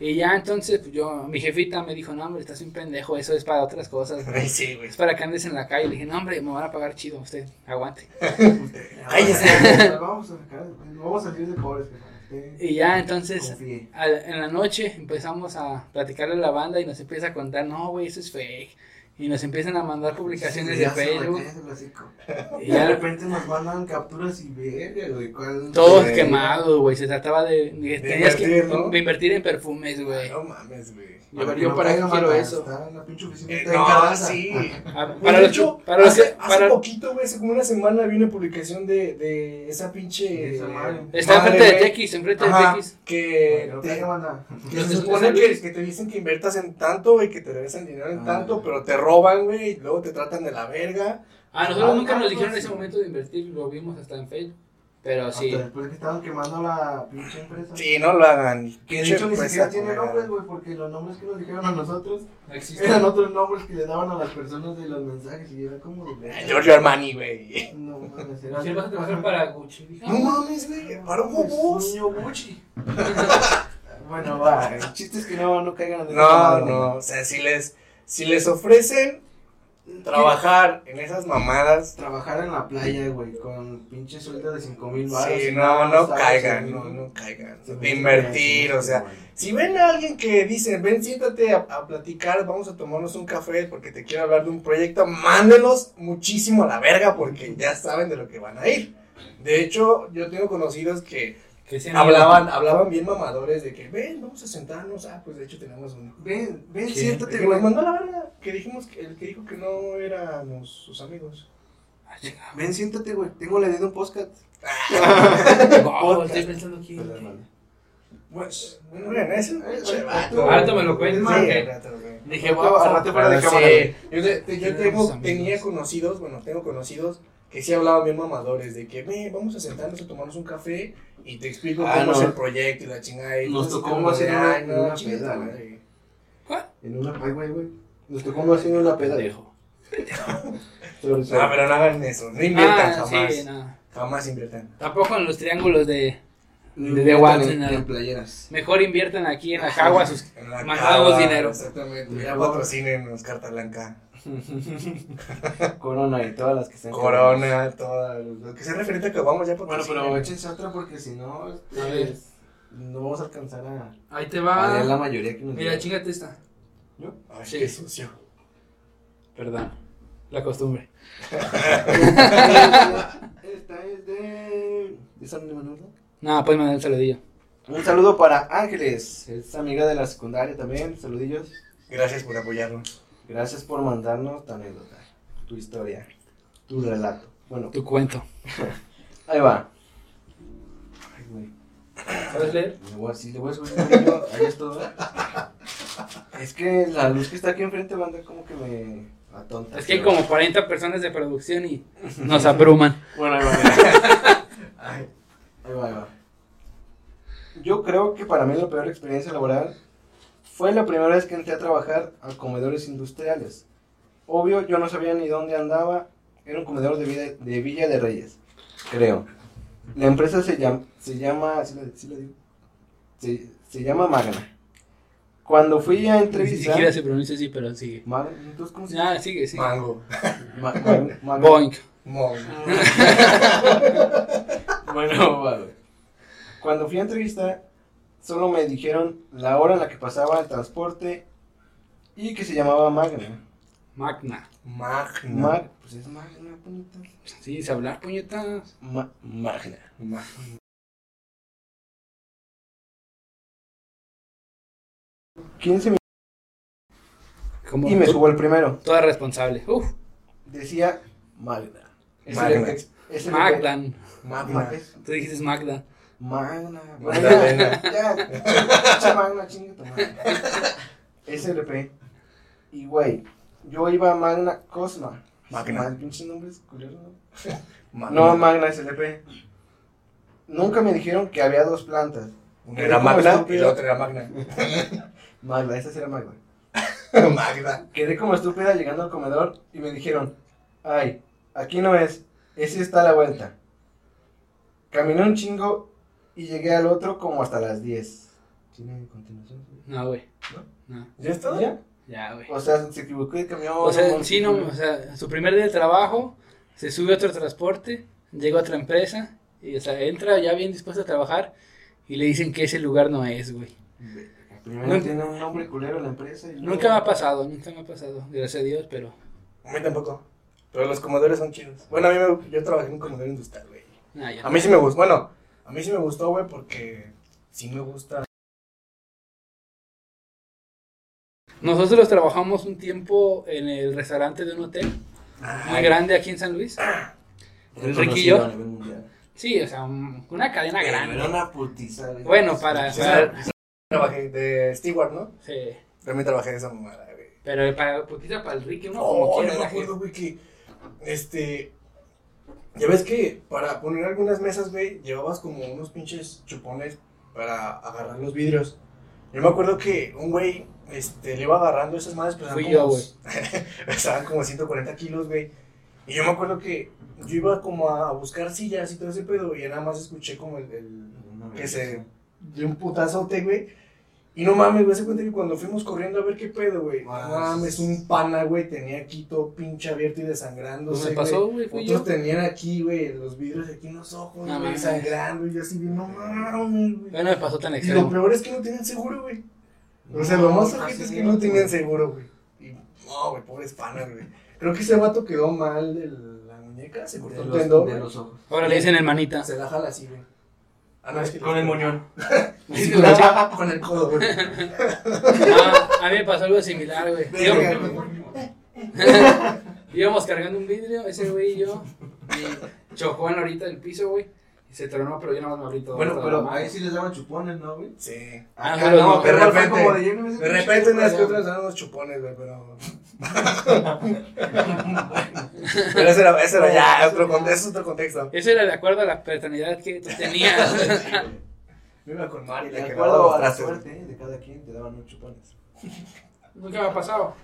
B: Y ya entonces, pues, yo, mi jefita me dijo, no, hombre, estás un pendejo, eso es para otras cosas.
A: [LAUGHS] Ay, sí, güey.
B: Es para que andes en la calle. Le dije, no, hombre, me van a pagar chido usted, aguante.
A: Ay,
C: Vamos a sacar, vamos a salir de pobres, jefa.
B: Y ya entonces,
C: Confíe.
B: al- en la noche empezamos a platicarle a la banda y nos empieza a contar, no, güey, eso es fake. Y nos empiezan a mandar publicaciones
C: Sí,
B: de
C: ya se me
B: Facebook.
C: cae el hocico.
B: Y
C: Y de
B: ya
C: repente nos mandan capturas y verga, güey. ¿cuál?
B: todos
A: Sí.
B: quemados, güey. Se trataba de, de- tenías que
A: invertir, ¿no?
B: de invertir en perfumes, güey.
A: No mames, güey.
B: Yo,
C: Para que
B: yo
C: no
B: para qué
C: caigan,
B: quiero
C: mata,
B: eso.
C: Está en la pinche oficina.
A: Eh,
C: está en
A: no,
C: Calaza.
A: sí.
B: Ah,
A: Güey,
B: Para
A: de
B: los que,
A: hecho,
B: para los
A: hace,
B: que,
A: hace
B: para,
A: poquito, güey, hace como una semana vi una publicación de, de esa pinche. eh,
C: Esa madre.
B: está
A: madre,
B: enfrente de
A: güey.
B: Tex, enfrente
A: Ajá,
B: de Tex.
A: que,
C: Te
A: te,
C: manda.
A: que se supone que, que te dicen que inviertas en tanto, güey, que te regresan dinero en
C: Ah.
A: tanto, pero te roban, güey, y luego te tratan de la verga.
B: A nosotros
C: Ah,
B: nunca nos
C: ah,
B: dijeron en
C: sí.
B: ese momento de invertir, lo vimos hasta en Facebook. Pero
A: [LAUGHS]
B: sí.
C: Hasta después que estaban quemando la pinche empresa.
A: Sí, pues, no lo hagan.
C: Que de hecho ni siquiera tiene nombres, güey, porque los nombres que nos dijeron a nosotros
B: No [LAUGHS] existe.
C: eran otros nombres que le daban a las personas de los mensajes y era como de verga.
A: Giorgio Armani, güey.
C: No mames, era.
B: Si vas a trabajar para Gucci. Dije,
A: No mames, güey, para vos.
C: Niño Gucci. [LAUGHS] Bueno, va. El chiste es que no, no caigan en esa
A: No,
C: mamada.
A: no, o sea, si les, si les ofrecen trabajar en esas mamadas,
C: Trabajar en la playa, güey, con pinche sueldo de 5 mil baros.
A: sí, no, no caigan, no, no caigan. Invertir, o sea, Si ven a alguien que dicen, ven, siéntate a, a platicar, vamos a tomarnos un café porque te quiero hablar de un proyecto, mándenlos muchísimo a la verga porque ya saben de lo que van a ir. De hecho, yo tengo conocidos que
B: Que sí,
A: hablaban, hablaban bien mamadores de que, ven, vamos a sentarnos, ah, pues de hecho tenemos uno.
C: Ven, ven,
B: Sí.
A: El
C: siéntate,
A: que nos
C: güey.
A: mandó a la verga, que dijimos que el que dijo que no éramos sus amigos.
B: Ah,
C: [LAUGHS]
B: chingado.
C: Ven, siéntate, güey. Tengo la idea de un podcast.
A: Ah,
B: Wow, estoy pensando aquí.
A: Pues, bueno, vean, ese pinche vato.
B: Ahorita me lo
A: Sí,
B: cuentas.
A: al
B: porque
A: rato, güey.
B: Dije,
C: Ahorita-
B: wow,
C: ahorita fuera de
A: Sí,
C: cámara. güey.
A: yo, te- te- yo
B: Éramos
A: tengo-
B: amigos.
A: tenía conocidos, bueno, tengo conocidos que sí hablaban bien mamadores, de que, ve, vamos a sentarnos a tomarnos un café y te explico
C: Ah,
A: cómo
C: no.
A: es el proyecto y la chingada. Y
C: Nos
A: entonces,
C: tocó
A: como de,
C: hacer una-
A: "Ay,
C: una
A: chinga tu
C: peda, güey".
A: madre.
C: En una peda, güey, güey. Nos tocó uno haciendo una peda.
B: pendejo.
C: Sobre- sobre-
A: No, Ah, pero no hagan eso, no inviertan
B: Ah,
A: jamás,
B: sí, no.
A: jamás inviertan.
B: Tampoco en los triángulos de.
C: Ni
B: de
C: neta,
B: Watson,
C: en-
B: nada.
C: En playeras.
B: Mejor inviertan aquí en Ajagua sus.
A: En la
B: Mandamos
A: cava,
B: dinero.
A: Exactamente, ya patrocínenos Carta Blanca,
C: Corona y todas las que están.
A: Corona, todo lo que sea referente a que vamos ya
C: Bueno,
A: patrocinen.
C: pero échense otra porque si no, este,
B: A ver.
C: no vamos a alcanzar a,
B: Ahí te
C: a leer la
B: va.
C: mayoría que nos
B: Mira,
C: digan.
B: chingate esta.
A: Ay,
B: Sí.
A: qué sucio.
B: Perdón. La costumbre.
C: [LAUGHS] Esta es de. ¿Es anónima, no?
B: No, puedes mandar un saludillo.
C: Un saludo para Ángeles, es amiga de la secundaria también. Saludillos.
A: Gracias por apoyarnos.
C: Gracias por mandarnos tu anécdota, tu historia, tu relato. Bueno,
B: Tu cuento.
C: ahí va. Ay, güey.
B: ¿Sabes leer?
C: Le voy a, sí, le voy a subir el brillo, ahí es todo. Es que la luz que está aquí enfrente, banda, como que me atonta.
B: Es que hay como 40 personas de producción y nos abruman.
C: Bueno, ahí va. Ahí va, ahí va, ahí va. Yo creo que para mí la peor experiencia laboral fue la primera vez que entré a trabajar a comedores industriales. Obvio, yo no sabía ni dónde andaba. Era un comedor de, vida- de Villa de Reyes, creo. La empresa se llama, se llama, ¿sí la- sí la digo? Se, se llama Magna. Cuando fui a
B: Ni
C: entrevistar,
B: siquiera se pronuncia así, pero sigue.
C: Magna, entonces, ¿cómo se llama?
B: Ah, sigue, sigue.
A: Mango.
C: Ma-
B: [LAUGHS]
C: Mag- Magna.
B: Boink.
A: Mongo.
C: Bueno, va, güey. Cuando fui a entrevista, solo me dijeron la hora en la que pasaba el transporte y que se llamaba Magna.
B: Magna.
A: Magna.
C: Mag, pues es magna, puñetas.
B: Sí, se hablar puñetas.
C: Ma- magna.
A: Magna.
C: ¿Quién se me...
B: Como
C: Y me
B: tú-
C: subo el primero.
B: Toda responsable. Uf.
C: Decía magna.
B: es
A: Magna.
B: el-
C: Es el- Ah, pues,
B: Magdan.
A: Magna.
C: es-
B: Tú dijiste Magda.
C: Magna.
A: Magdalena.
C: Magna. Ya, pinche Magna, chinga tu madre. SLP. Y güey, yo iba a Magna Cosma.
A: Magna.
C: Mal, Pinches nombres culeros, ¿no?
A: Magna.
C: No, Magna SLP. Nunca me dijeron que había dos plantas.
A: Una era Magna y la otra era [LAUGHS] Magna.
C: Magna, esa sí era Magna.
A: Magna.
C: Quedé como estúpida llegando al comedor y me dijeron, ay, aquí no es, ese está a la vuelta. Caminé un chingo y llegué al otro como hasta las 10. ¿Tiene continuación?
B: No, güey.
C: ¿No?
B: No,
A: ¿Ya está?
C: ¿Ya?
B: ya, güey.
C: O sea, se equivocó de camión.
B: O sea,
C: no,
B: sí, no, o sea, su primer día de trabajo, se sube a otro transporte, llega a otra empresa, y o sea, entra ya bien dispuesto a trabajar, y le dicen que ese lugar no es, güey.
C: Primero
B: Nunca-
C: tiene un nombre culero la empresa. Y luego-
B: Nunca me ha pasado, nunca me ha pasado, gracias a Dios, pero
A: A mí tampoco. Pero los comedores son chidos. Bueno, a mí me, yo trabajé en un comedor industrial, güey.
B: nah, Ah, ya
A: A
B: no.
A: mí sí me gustó. Bueno, a mí sí me gustó, güey, porque sí me gusta.
B: Nosotros trabajamos un tiempo en el restaurante de un hotel
A: Ah,
B: muy grande aquí en San Luis. Enrique y yo.
C: Reconocido a nivel mundial.
B: Sí, o sea, un- una cadena
C: Pero Era
B: grande.
C: una putiza. güey.
B: Bueno, para,
A: Sí,
B: para-
A: sí, Trabajé de Steward, ¿no?
B: sí,
A: También trabajé de esa mamada, güey.
B: pero para putiza para el Ricky, uno como
A: Oh,
B: quiera.
A: no me
B: era
A: acuerdo, güey, que. Este. Ya ves que para poner algunas mesas, güey, llevabas como unos pinches chupones para agarrar los vidrios. Yo me acuerdo que un güey, este, le iba agarrando esas madres, pesaban
B: Fui
A: como,
B: yo, güey.
A: [LAUGHS] pesaban como 140 kilos, güey. Y yo me acuerdo que yo iba como a, a buscar sillas y todo ese pedo, y ya nada más escuché como el- el,
C: Una
A: que se dio un putazote, güey. Y no mames, güey, se cuenta que cuando fuimos corriendo a ver qué pedo, güey. No
C: Ah,
A: mames, un pana, güey, tenía aquí todo pinche abierto y
B: Pues
A: desangrándose,
B: me
A: güey.
B: pasó, güey, fui
A: Otros
B: yo.
A: tenían aquí, güey, los vidrios aquí en los ojos,
B: No
A: güey,
B: mames.
A: sangrando. Y yo así, güey, no mames, güey.
B: Bueno, me pasó
A: Y
B: tan
A: lo
B: extremo.
A: peor es que no tenían seguro, güey. O sea, lo más ojete es que no tenían seguro, güey. Y, no, güey, pobres panas, güey. Creo que ese vato quedó mal de la muñeca, se cortó
C: De
A: el
C: los-
A: tendón.
C: de
A: güey.
C: los ojos.
B: Ahora le dicen el manita.
A: Se la jala así, güey. Ah, no, es que-
C: Con el moñón.
A: Sí, con, el, con el codo, güey.
B: Ah, a mí me pasó algo similar, güey.
A: Verga,
B: Íbamos-
A: güey.
B: Íbamos cargando un vidrio, ese güey y yo. Y chocó en la orilla del piso, güey. Y se tronó, pero yo nada más me abrí todo.
C: Bueno,
B: todo
C: pero
B: mal.
C: ahí sí les daban chupones, ¿no, güey?
A: Sí.
B: Ah,
C: Acá
B: pero
C: no,
B: no,
A: de
C: pero fue
A: repente.
C: como de lleno ese
A: De repente unas que
C: pinche-
A: otras dan unos chupones, güey, pero. pero ese era, ese era ya, otro, con- ese es otro contexto.
B: Eso era de acuerdo a la paternidad que tú
A: [LAUGHS]
B: tenías.
A: Yo iba con Mari, la
C: De
A: que lavaba
C: acuerdo
A: los
C: a la
A: trastes.
C: suerte ¿eh? de cada quien, te daban unos chupones.
B: Nunca me ha pasado.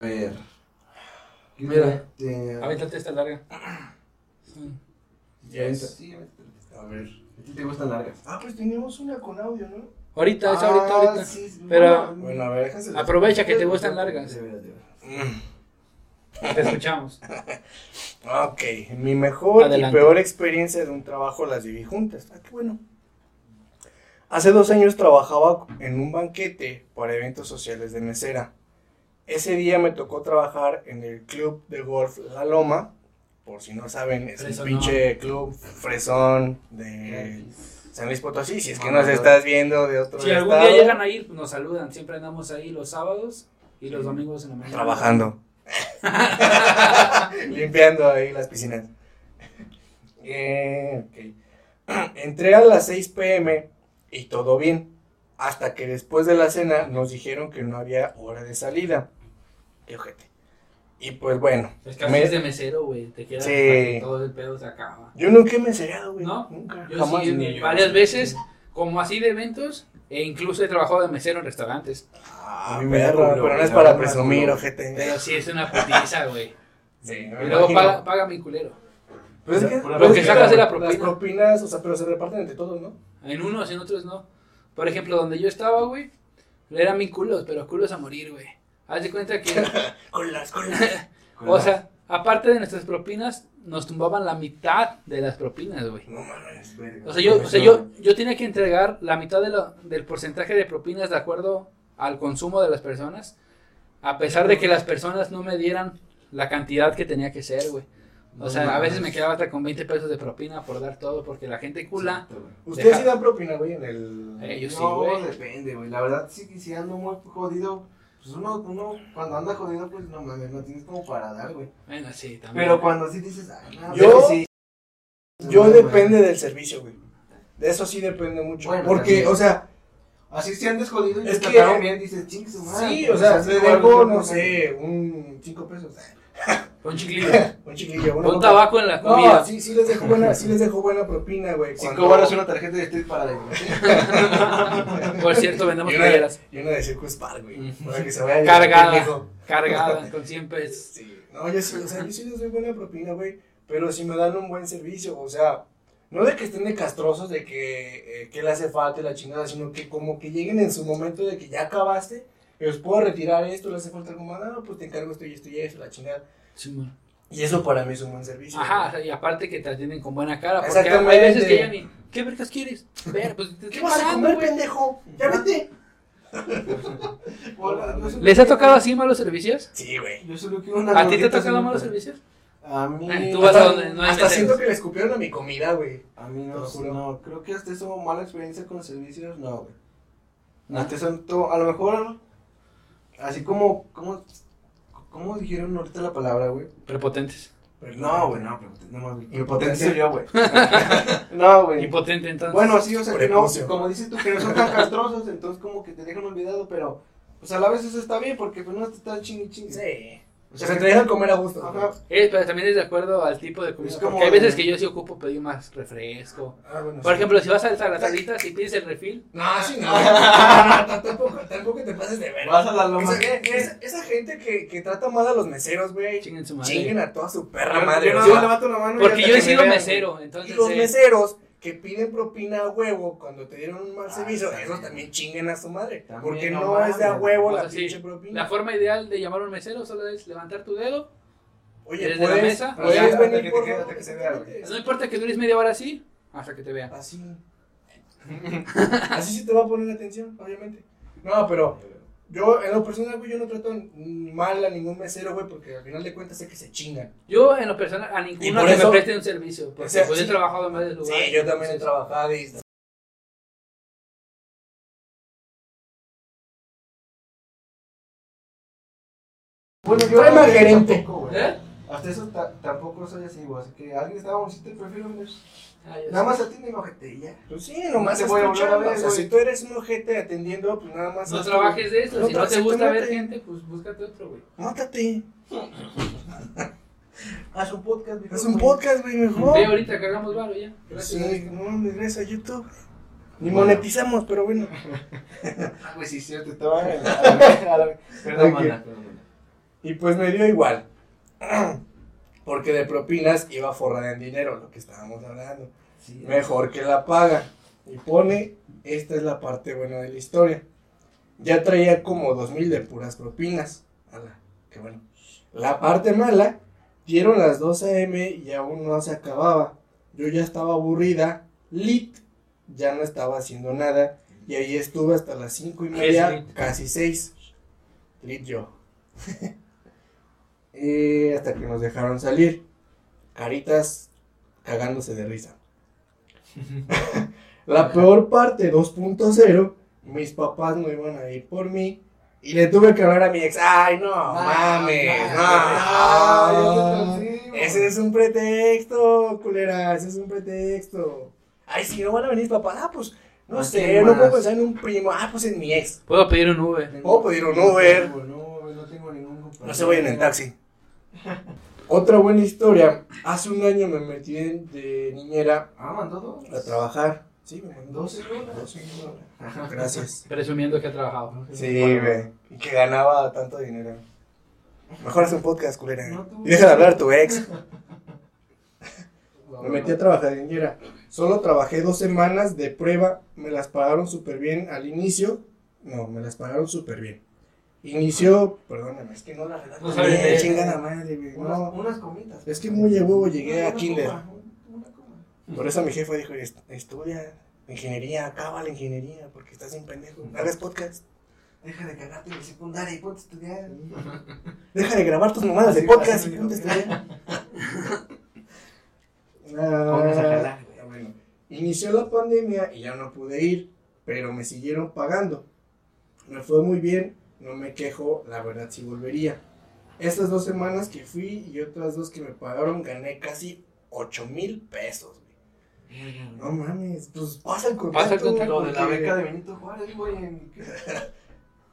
C: A ver.
B: Mira.
C: Te...
B: Avéntate esta larga.
A: Ya está.
C: Sí, a
A: A ver.
C: ti te gustan largas.
A: Ah, pues teníamos una con audio, ¿no?
B: Ahorita, es ahorita,
A: Ah,
B: ahorita.
C: Ah, sí,
B: Pero-
A: Bueno, a ver, Mm. déjase.
B: Aprovecha que te gustan largas.
C: De veras, de veras.
B: Te escuchamos.
A: Ok, mi mejor
B: Adelante.
A: y peor experiencia de un trabajo las viví juntas. Ah, qué bueno. Hace dos años trabajaba en un banquete para eventos sociales de mesera. Ese día me tocó trabajar en el club de golf La Loma. Por si no saben, es
B: Fresonón.
A: un pinche club fresón de San Luis Potosí. Si es que nos
C: Mamador.
A: estás viendo de otro
B: Si algún día
A: estado,
B: llegan a ir, nos saludan. Siempre andamos ahí los sábados y los domingos en la mañana. [LAUGHS]
A: Trabajando. Limpiando ahí las piscinas. Eh, ok. Entré a las 6 pm y todo bien. Hasta que después de la cena nos dijeron que no había hora de salida. Qué ojete. Y pues bueno,
B: Es que así
A: Me-
B: es de mesero, güey. Te quedas
A: Sí.
B: hasta que todo el pedo se acaba.
A: yo nunca me he seriado, güey.
B: ¿No?
A: Nunca.
B: Yo sí, varias veces, como así de eventos, e incluso he trabajado de mesero en restaurantes.
A: A mí me da culo, Ah, pero no es para presumir, ojete.
B: Pero sí es una putiza, güey.
A: Sí, me
B: Y luego
A: imagino.
B: paga, paga mi culero.
A: Pero es que,
C: Lo
A: pero es
C: que
A: que
B: sacas de la
A: Las
B: propina.
A: propinas, o sea, pero se reparten entre todos, ¿no?
B: En unos, en otros no. Por ejemplo, donde yo estaba, güey, eran mis culos, pero culos a morir, güey. Haz de cuenta que,
A: Con las, con las.
B: o sea, Aparte de nuestras propinas, nos tumbaban la mitad de las propinas, güey.
A: No mames, verga.
B: O sea, yo, o sea, yo, yo tenía que entregar la mitad de lo- del porcentaje de propinas de acuerdo al consumo de las personas, a pesar de que las personas no me dieran la cantidad que tenía que ser, güey. O
E: No
B: sea, a veces me
E: mames.
B: quedaba hasta con 20 pesos de propina por dar todo, porque la gente cula.
E: Exacto, güey.
A: Ustedes
B: Deja-
A: sí dan propina, güey, en el.
B: Eh, yo sí,
C: no,
B: güey.
C: depende, güey. La verdad, sí, que si ando muy jodido, pues uno, uno cuando anda jodido, pues no mames, no tienes como para dar, güey.
B: Bueno, sí, también.
C: Pero cuando sí dices, ah, no,
A: Yo-
C: pues sí.
A: Yo
C: No,
A: depende
C: güey.
A: del servicio, güey. De eso sí depende mucho.
C: Bueno,
A: porque,
C: también.
A: o sea,
C: Así si andes jodido y
A: Es
C: te
A: que-
C: trataron bien, dices, ching, su
B: Ah,
C: madre.
A: sí, o
C: pues,
A: sea,
C: así
A: le
C: igual,
A: dejo,
C: yo
A: no
C: también.
A: sé, un 5 pesos.
C: ¿eh?
B: Pon chiquillo,
A: Un chiquillo, una
B: pon
A: coca.
B: tabaco en la comida.
A: No, sí, sí les dejo buena, sí les dejo buena propina, güey.
C: Cinco
A: cuando-
C: baros una tarjeta de Street para la
B: [LAUGHS]
C: [LAUGHS]
B: Por cierto, vendemos
A: Y una, de-
B: playeras
A: y una de Circus Park, güey.
B: Ujú.
A: Para que se vaya
B: Cargada.
A: pendejo.
B: cargadas con 100 pesos.
A: Sí. No, yo sí, o sea, yo sí les doy buena propina, güey. Pero si me dan un buen servicio, o sea, no de que estén de castrosos, de que, eh, que le hace falta y la chingada, sino que como que lleguen en su momento de que ya acabaste, y os puedo retirar esto, le hace falta algo más, "Ah, no, pues te encargo esto y esto y esto, la chingada.
B: Simón.
A: Y eso para mí es un buen servicio.
B: Ajá, o
A: güey.
B: sea, y aparte que te atienden con buena cara. Porque hay
A: Exactamente.
B: veces que ya ni. ¿Qué vergas quieres? Ver, pues te
A: ¿Qué
B: estoy
A: vas a
B: pagando,
A: comer,
B: güey.
A: pendejo? ¡Ya vete!
B: ¿Les ha tocado así malos servicios?
A: Sí, güey.
C: Yo solo quiero una
B: ¿A ti te ha
C: gordita
B: tocado
C: sin-
B: malos servicios?
C: A mí.
B: Eh, tú vas a donde no hay
A: Hasta siento
B: meseros.
A: que le escupieron a mi comida, güey.
C: A mí
A: Te
C: no,
A: lo juro.
C: no, creo que hasta eso mala experiencia con servicios, no, güey.
B: No.
C: Hasta eso, to- a lo mejor, así como, como, ¿cómo dijeron ahorita la palabra, güey?
B: Prepotentes.
A: Pero
C: No, güey, no, prepotente, no más, güey.
A: Prepotente.
C: Prepotente soy yo, güey. [LAUGHS] no, güey.
B: Impotente, entonces.
C: Bueno, sí, o sea, que no,
A: Prepucio.
C: como dices tú, que no son tan castrosos, entonces como que te dejan olvidado, pero, pues a la vez eso está bien, porque pues no te estás chingui chingui.
A: Sí.
C: O
A: O sea, se te dejan comer a gusto.
C: Ajá.
B: Eh, pero también es de acuerdo al tipo de comida.
C: Es como
B: porque hay veces
C: de-
B: que yo sí ocupo pedir más refresco.
A: Ah, bueno,
B: Por
A: sí.
B: ejemplo, si vas a las salitas y pides el refil,
A: No,
C: Ah.
A: sí, no. no, no, tampoco, tampoco te pases de ver.
C: Vas a la loma.
A: Esa, esa- esa gente que, que trata mal a los meseros, güey.
B: chinguen su
A: Chinguen
B: madre.
A: a toda su
C: Yo-
A: perra madre.
C: yo
A: o
C: nada
A: sea,
C: más levanto la mano y
B: Porque
C: hasta
B: yo he
C: que me
B: sido
C: vean,
B: mesero,
A: y
B: entonces.
A: los
B: eh,
A: meseros que piden propina a huevo cuando te dieron un mal
C: Ah,
A: servicio,
C: también.
A: esos también chinguen a su madre.
C: También,
A: porque
C: no
A: no, es de a
C: mames.
A: huevo
B: O
A: la
B: sea, sí,
A: pinche
B: La
A: propina.
B: forma ideal de llamar a un mesero solo es levantar tu dedo.
A: Oye,
B: ¿Eres de la
A: puedes,
B: mesa?
A: puedes
C: Hasta que
A: venir
C: te
A: por
C: quede,
A: favor,
C: hasta que se vea, güey.
B: No importa que dures media hora así, hasta que te vean.
A: Así. Así sí te va a poner atención, obviamente. No, pero yo en lo personal, güey, yo no trato ni mal a ningún mesero, güey, porque al final de cuentas sé que se chingan.
B: Yo, en lo personal, a
A: Y
B: ninguno
A: por
B: que me
A: eso-
B: preste un servicio. Porque
A: O sea,
B: pues,
A: sí.
B: he trabajado en varios lugares.
A: Sí, yo también he trabajado y...
C: Bueno, yo
A: Soy más
C: hasta eso
A: gerente.
C: tampoco, güey.
B: ¿Eh?
C: Hasta eso ta- tampoco soy así, güey. Así que alguien estaba bonito y prefiero ver.
B: Ah, yo
C: Nada
B: sí.
C: más atiende mi ojete y ya.
A: Pues sí, nomás
C: Te
A: es
C: voy a
A: tu
C: volver a
A: chamba.
C: ver,
A: O sea,
C: güey.
A: si tú eres un ojete atendiendo, pues nada más...
B: No
A: haz tu-
B: trabajes de eso.
A: No
B: si no te
A: trabajes,
B: gusta ver
A: tómate.
B: gente, pues búscate otro, güey.
A: Mátate.
C: Haz un podcast, güey.
A: Es un podcast, güey, mejor.
B: Ve ahorita que hagamos varo ya. Gracias.
A: Sí, no mames, gracias a YouTube. Ni
C: Bueno.
A: monetizamos, pero bueno.
C: Ah, güey, sí, cierto. Estaba.
A: [LAUGHS]
C: a la- a la- Perdón,
A: Ok.
C: mana, perdón, mana.
A: Y pues me dio igual. [CLEARS THROAT] Porque de propinas iba forrada en dinero, lo que estábamos hablando.
C: Sí,
A: Mejor que la paga. Y pone, esta es la parte buena de la historia. Ya traía como dos mil de puras propinas. Ala, qué bueno. La parte mala, dieron las 2 a.m. y aún no se acababa. Yo ya estaba aburrida, lit, ya no estaba haciendo nada. Y ahí estuve hasta las cinco y
B: ¿Qué es
A: media,
B: lit?
A: casi seis. Lit yo. [LAUGHS] Eh, hasta que nos dejaron salir. Caritas cagándose de risa. [LAUGHS] La peor parte 2.0, mis papás no iban a ir por mí y le tuve que hablar a mi ex. Ay, no, mames, no.
C: Ah, yo te torcí, güey.
A: ese es un pretexto, culera, ese es un pretexto. Ay, si no van a venir mis papás, ah, pues no
C: ¿A
A: sé,
C: quién
A: no
C: más?
A: puedo pensar en un primo, ah, pues en mi ex.
B: Puedo pedir un Uber.
A: Puedo pedir un Uber.
C: No, güey, no tengo ningún compañero.
A: No se vayan en taxi. Otra buena historia. Hace un año me metí en- de niñera
C: Ah, mandó dos.
A: a trabajar. Sí, me mandó
C: Dos segundos.
A: 12 dólares. Gracias.
B: Presumiendo que ha trabajado.
A: Sí, güey. Y que ganaba tanto dinero. Mejor haz un podcast, culera.
C: No, tú-
A: Y deja de hablar a tu ex. [LAUGHS] Me metí a trabajar en Yera. Solo trabajé dos semanas de prueba. Me las pagaron súper bien al inicio. No, me las pagaron súper bien. Inició, perdóname, es que no la
B: No
A: redacto
B: sabe
A: bien,
B: leer.
A: chingada madre, güey,
C: Unas,
A: no.
C: unas comitas.
A: Es que muy a huevo llegué a
C: Una
A: kinder.
C: coma, una coma.
A: Por eso mi jefa dijo, "Est- estudia ingeniería, acaba la ingeniería, porque estás bien pendejo. Hagas podcast.
C: Deja de cagarte en la secundaria y ponte a estudiar.
A: [LAUGHS] Deja de grabar tus mamadas de
C: Así-
A: podcast
C: así
A: y
C: me
A: ponte a
C: dijo.
A: estudiar.
C: [LAUGHS] Pónganse a
A: Ah,
C: jalar, güey.
A: bueno. Inició la pandemia y ya no pude ir, pero me siguieron pagando. Me fue muy bien, no me quejo, la verdad sí volvería. Estas dos semanas que fui y otras dos que me pagaron, gané casi 8 mil pesos. güey. No mames, pues pasa el contrato.
B: Pasa el contrato.
C: Lo de la
A: porque-
C: beca de Benito Juárez, güey, en
A: [LAUGHS]
C: ¿qué?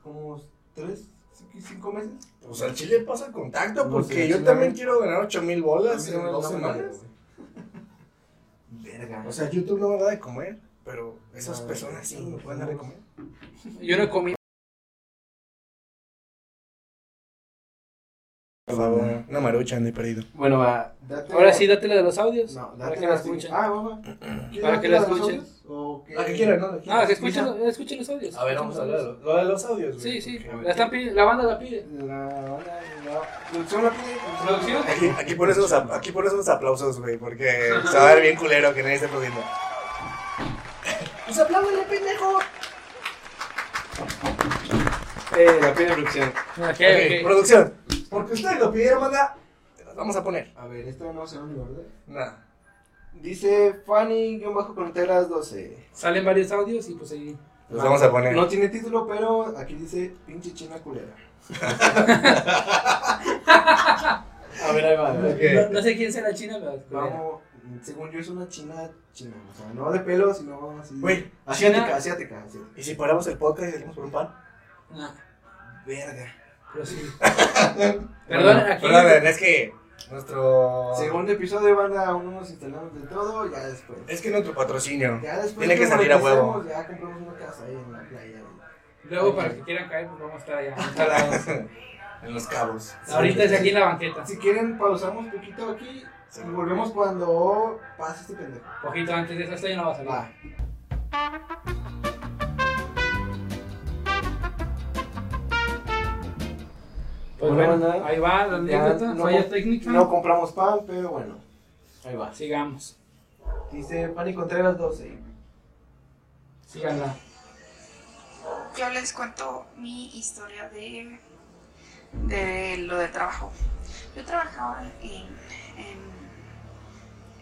C: como tres, cinco- cinco meses.
A: Pues al chile pasa el contacto,
C: No
A: porque
C: sé,
A: yo
C: sí,
A: también
C: no.
A: quiero ganar 8 mil bolas en dos semanas. [LAUGHS]
C: Verga.
A: O sea, YouTube no me da de comer, pero esas
C: No,
A: personas sí
C: no,
A: me pueden
C: no.
A: dar de comer.
B: Yo no comí.
A: Por favor, una maruchan de perdido.
B: Bueno, va.
C: Date-
B: Ahora sí, date la de los audios.
C: No,
B: para
C: date
B: que
C: la
B: la
C: siguiente.
B: escuchen.
C: Ah, va, va.
B: Para que la escuchen.
A: La que quieran, ¿no? La que
B: Ah,
A: quieran.
B: que escuchen, escuchen los audios.
A: A ver, vamos a hablar de lo, lo de los audios, güey.
B: Sí, sí.
A: porque, a ver,
B: La, están pidiendo- la banda la pide.
C: La hora de la. Producción la pide.
B: ¿Producción?
A: Aquí, aquí, pones unos, apl- aquí pones unos aplausos, güey, porque se va a ver bien culero que nadie esté aplaudiendo. ¡Pues apláudale, pendejo!
C: Eh, la pide producción.
B: Ok,
A: Ok,
B: ok.
A: Producción, porque ustedes lo pidieron, banda, te las vamos a poner.
C: A ver, esta no se va a engordar.
A: Nada.
C: Dice Fanny-Conteras12.
B: Salen varios audios y pues ahí.
A: Los vamos a poner.
C: No tiene título, pero aquí dice pinche china [LAUGHS] culera. a ver, ahí va. ahí va.
A: Ok.
B: No, no sé quién será China, pero. pues,
C: Vamos, según yo es una china china, o sea, no de pelo, sino así.
A: Güey,
C: asiática,
B: china-
C: asiática, asiática.
A: ¿y si paramos el podcast y salimos por un pan?
B: Nah,
C: Verga.
B: pero [LAUGHS] sí. Perdón,
A: Perdón,
B: aquí.
A: Perdón, es que nuestro...
C: Segundo episodio van a unos instalamos de todo, ya después.
A: Es que nuestro patrocinio.
C: Ya después
A: Tiene que salir a huevo.
C: moneticemos, Ya compramos una casa ahí en la playa.
B: Luego, para que quieran caer, pues vamos a estar allá instalados.
A: [LAUGHS] en los cabos.
B: [LAUGHS] Ahorita es aquí en la banqueta.
C: Si quieren pausamos poquito aquí
A: Sí.
C: y volvemos cuando pase este pendejo.
B: Ojito, antes de eso, esto ya no va a salir.
C: Va.
B: Pues bueno,
C: Bueno, nada.
B: ahí va la
C: Ya,
B: anécdota,
C: no
B: falla
C: com-
B: técnica.
C: No compramos pan, pero bueno. Ahí va.
B: Sigamos,
C: Dice Pani Contreras 12.
B: síganla.
E: yo les cuento mi historia de, de lo de trabajo. Yo trabajaba en, en-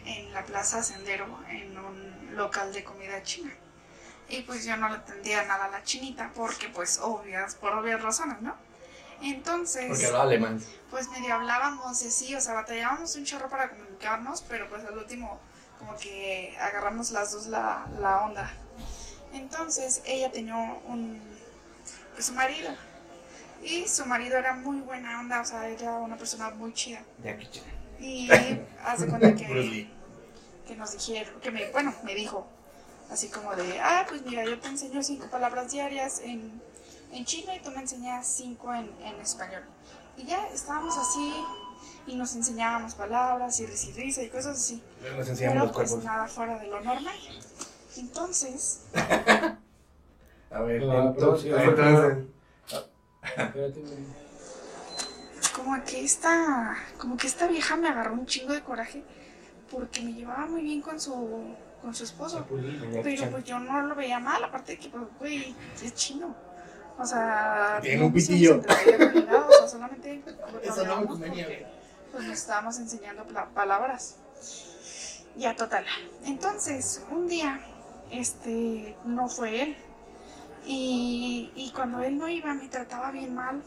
E: en la Plaza Sendero, en un local de comida china. Y pues yo no le atendía nada a la chinita, porque pues obvias, por obvias razones, ¿no? Entonces
A: Porque hablaba alemán.
E: pues medio hablábamos y así, o sea, batallábamos un chorro para comunicarnos, pero pues al último como que agarramos las dos la, la onda. Entonces ella tenía un, pues, su marido y su marido era muy buena onda, o sea, era una persona muy chida.
C: Jackie Chan.
E: Y hace cuenta
A: Bruce
E: que,
A: Lee.
E: que nos dijeron, que me, bueno, me dijo, así como de, ah, pues mira, yo te enseño cinco palabras diarias en, en chino y tú me enseñas cinco en, en español. Y ya estábamos así y nos enseñábamos palabras y risa y risa y cosas así.
A: Luego Nos enseñamos
E: Pero
A: los
E: pues
A: cuerpos.
E: nada fuera de lo normal. Entonces,
A: A ver,
B: Ah,
A: entonces.
B: producción.
A: entonces-
C: [LAUGHS]
B: Espérate, güey.
E: como que esta, como que esta vieja me agarró un chingo de coraje porque me llevaba muy bien con su, con su esposo. Pero pues yo no lo veía mal, aparte de que, pues, güey, es chino. O sea,
A: Tiene un
E: no se
A: pitillo.
E: nos entendía con nada, o sea, solamente como
A: [LAUGHS]
E: que
A: Eso no me
E: hablábamos
A: convenía,
E: porque, Pues nos estábamos enseñando pla- palabras. Ya, total. Entonces, un día, este, no fue él. Y, y cuando él no iba, me trataba bien mal.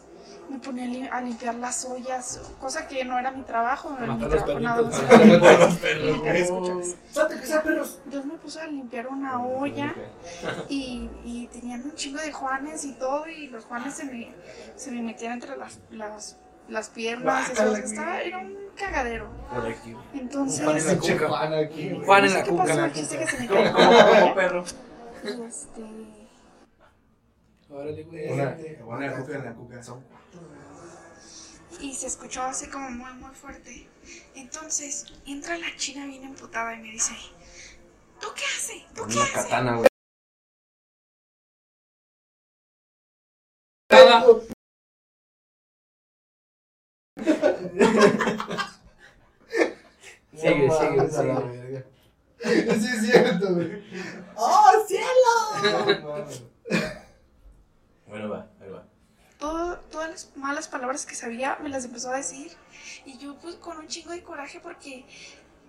E: Me ponía a li- a limpiar las ollas, cosa que no era mi trabajo.
B: A
E: mi
B: matar los
E: trabajo nada
B: perritos.
A: [LAUGHS]
B: a
E: más
B: matar
E: era-
B: los
E: y
A: Pero,
E: me
A: ¿qué?
E: escuchas.
C: ¡Sate que sea perros!
E: Dios me puso a limpiar una olla y, y tenían un chingo de juanes y todo y los juanes se me, se me metían entre las, las, las piernas. o sea,
A: Guácala,
E: estaba,
A: güey.
E: era un cagadero.
C: Por aquí.
E: Entonces,
A: Juan en la
E: no
A: cuca.
B: Un [LAUGHS] Juan en
E: sé
B: la
E: qué
B: cuca.
E: pasó,
B: la
E: el chiste que se me
C: Como,
E: cayó
C: como,
E: la olla,
C: como perro.
E: y este,
B: Órale, güey.
C: este,
A: Una, una cuca en la cuca.
B: [LAUGHS]
A: Son
E: y se escuchó así como muy, muy fuerte. Entonces, entra la china bien emputada y me dice, ¿tú qué haces? ¿Tú qué haces?
C: katana, güey.
B: Nada. [LAUGHS] Sigue,
C: No
B: sigue,
C: mames, a la
B: sigue.
C: verga. Sí, es cierto, güey. ¡Oh, cielo! No mames.
F: Bueno, va, ahí va.
E: todo- todas las malas palabras que sabía me las empezó a decir. Y yo pues con un chingo de coraje porque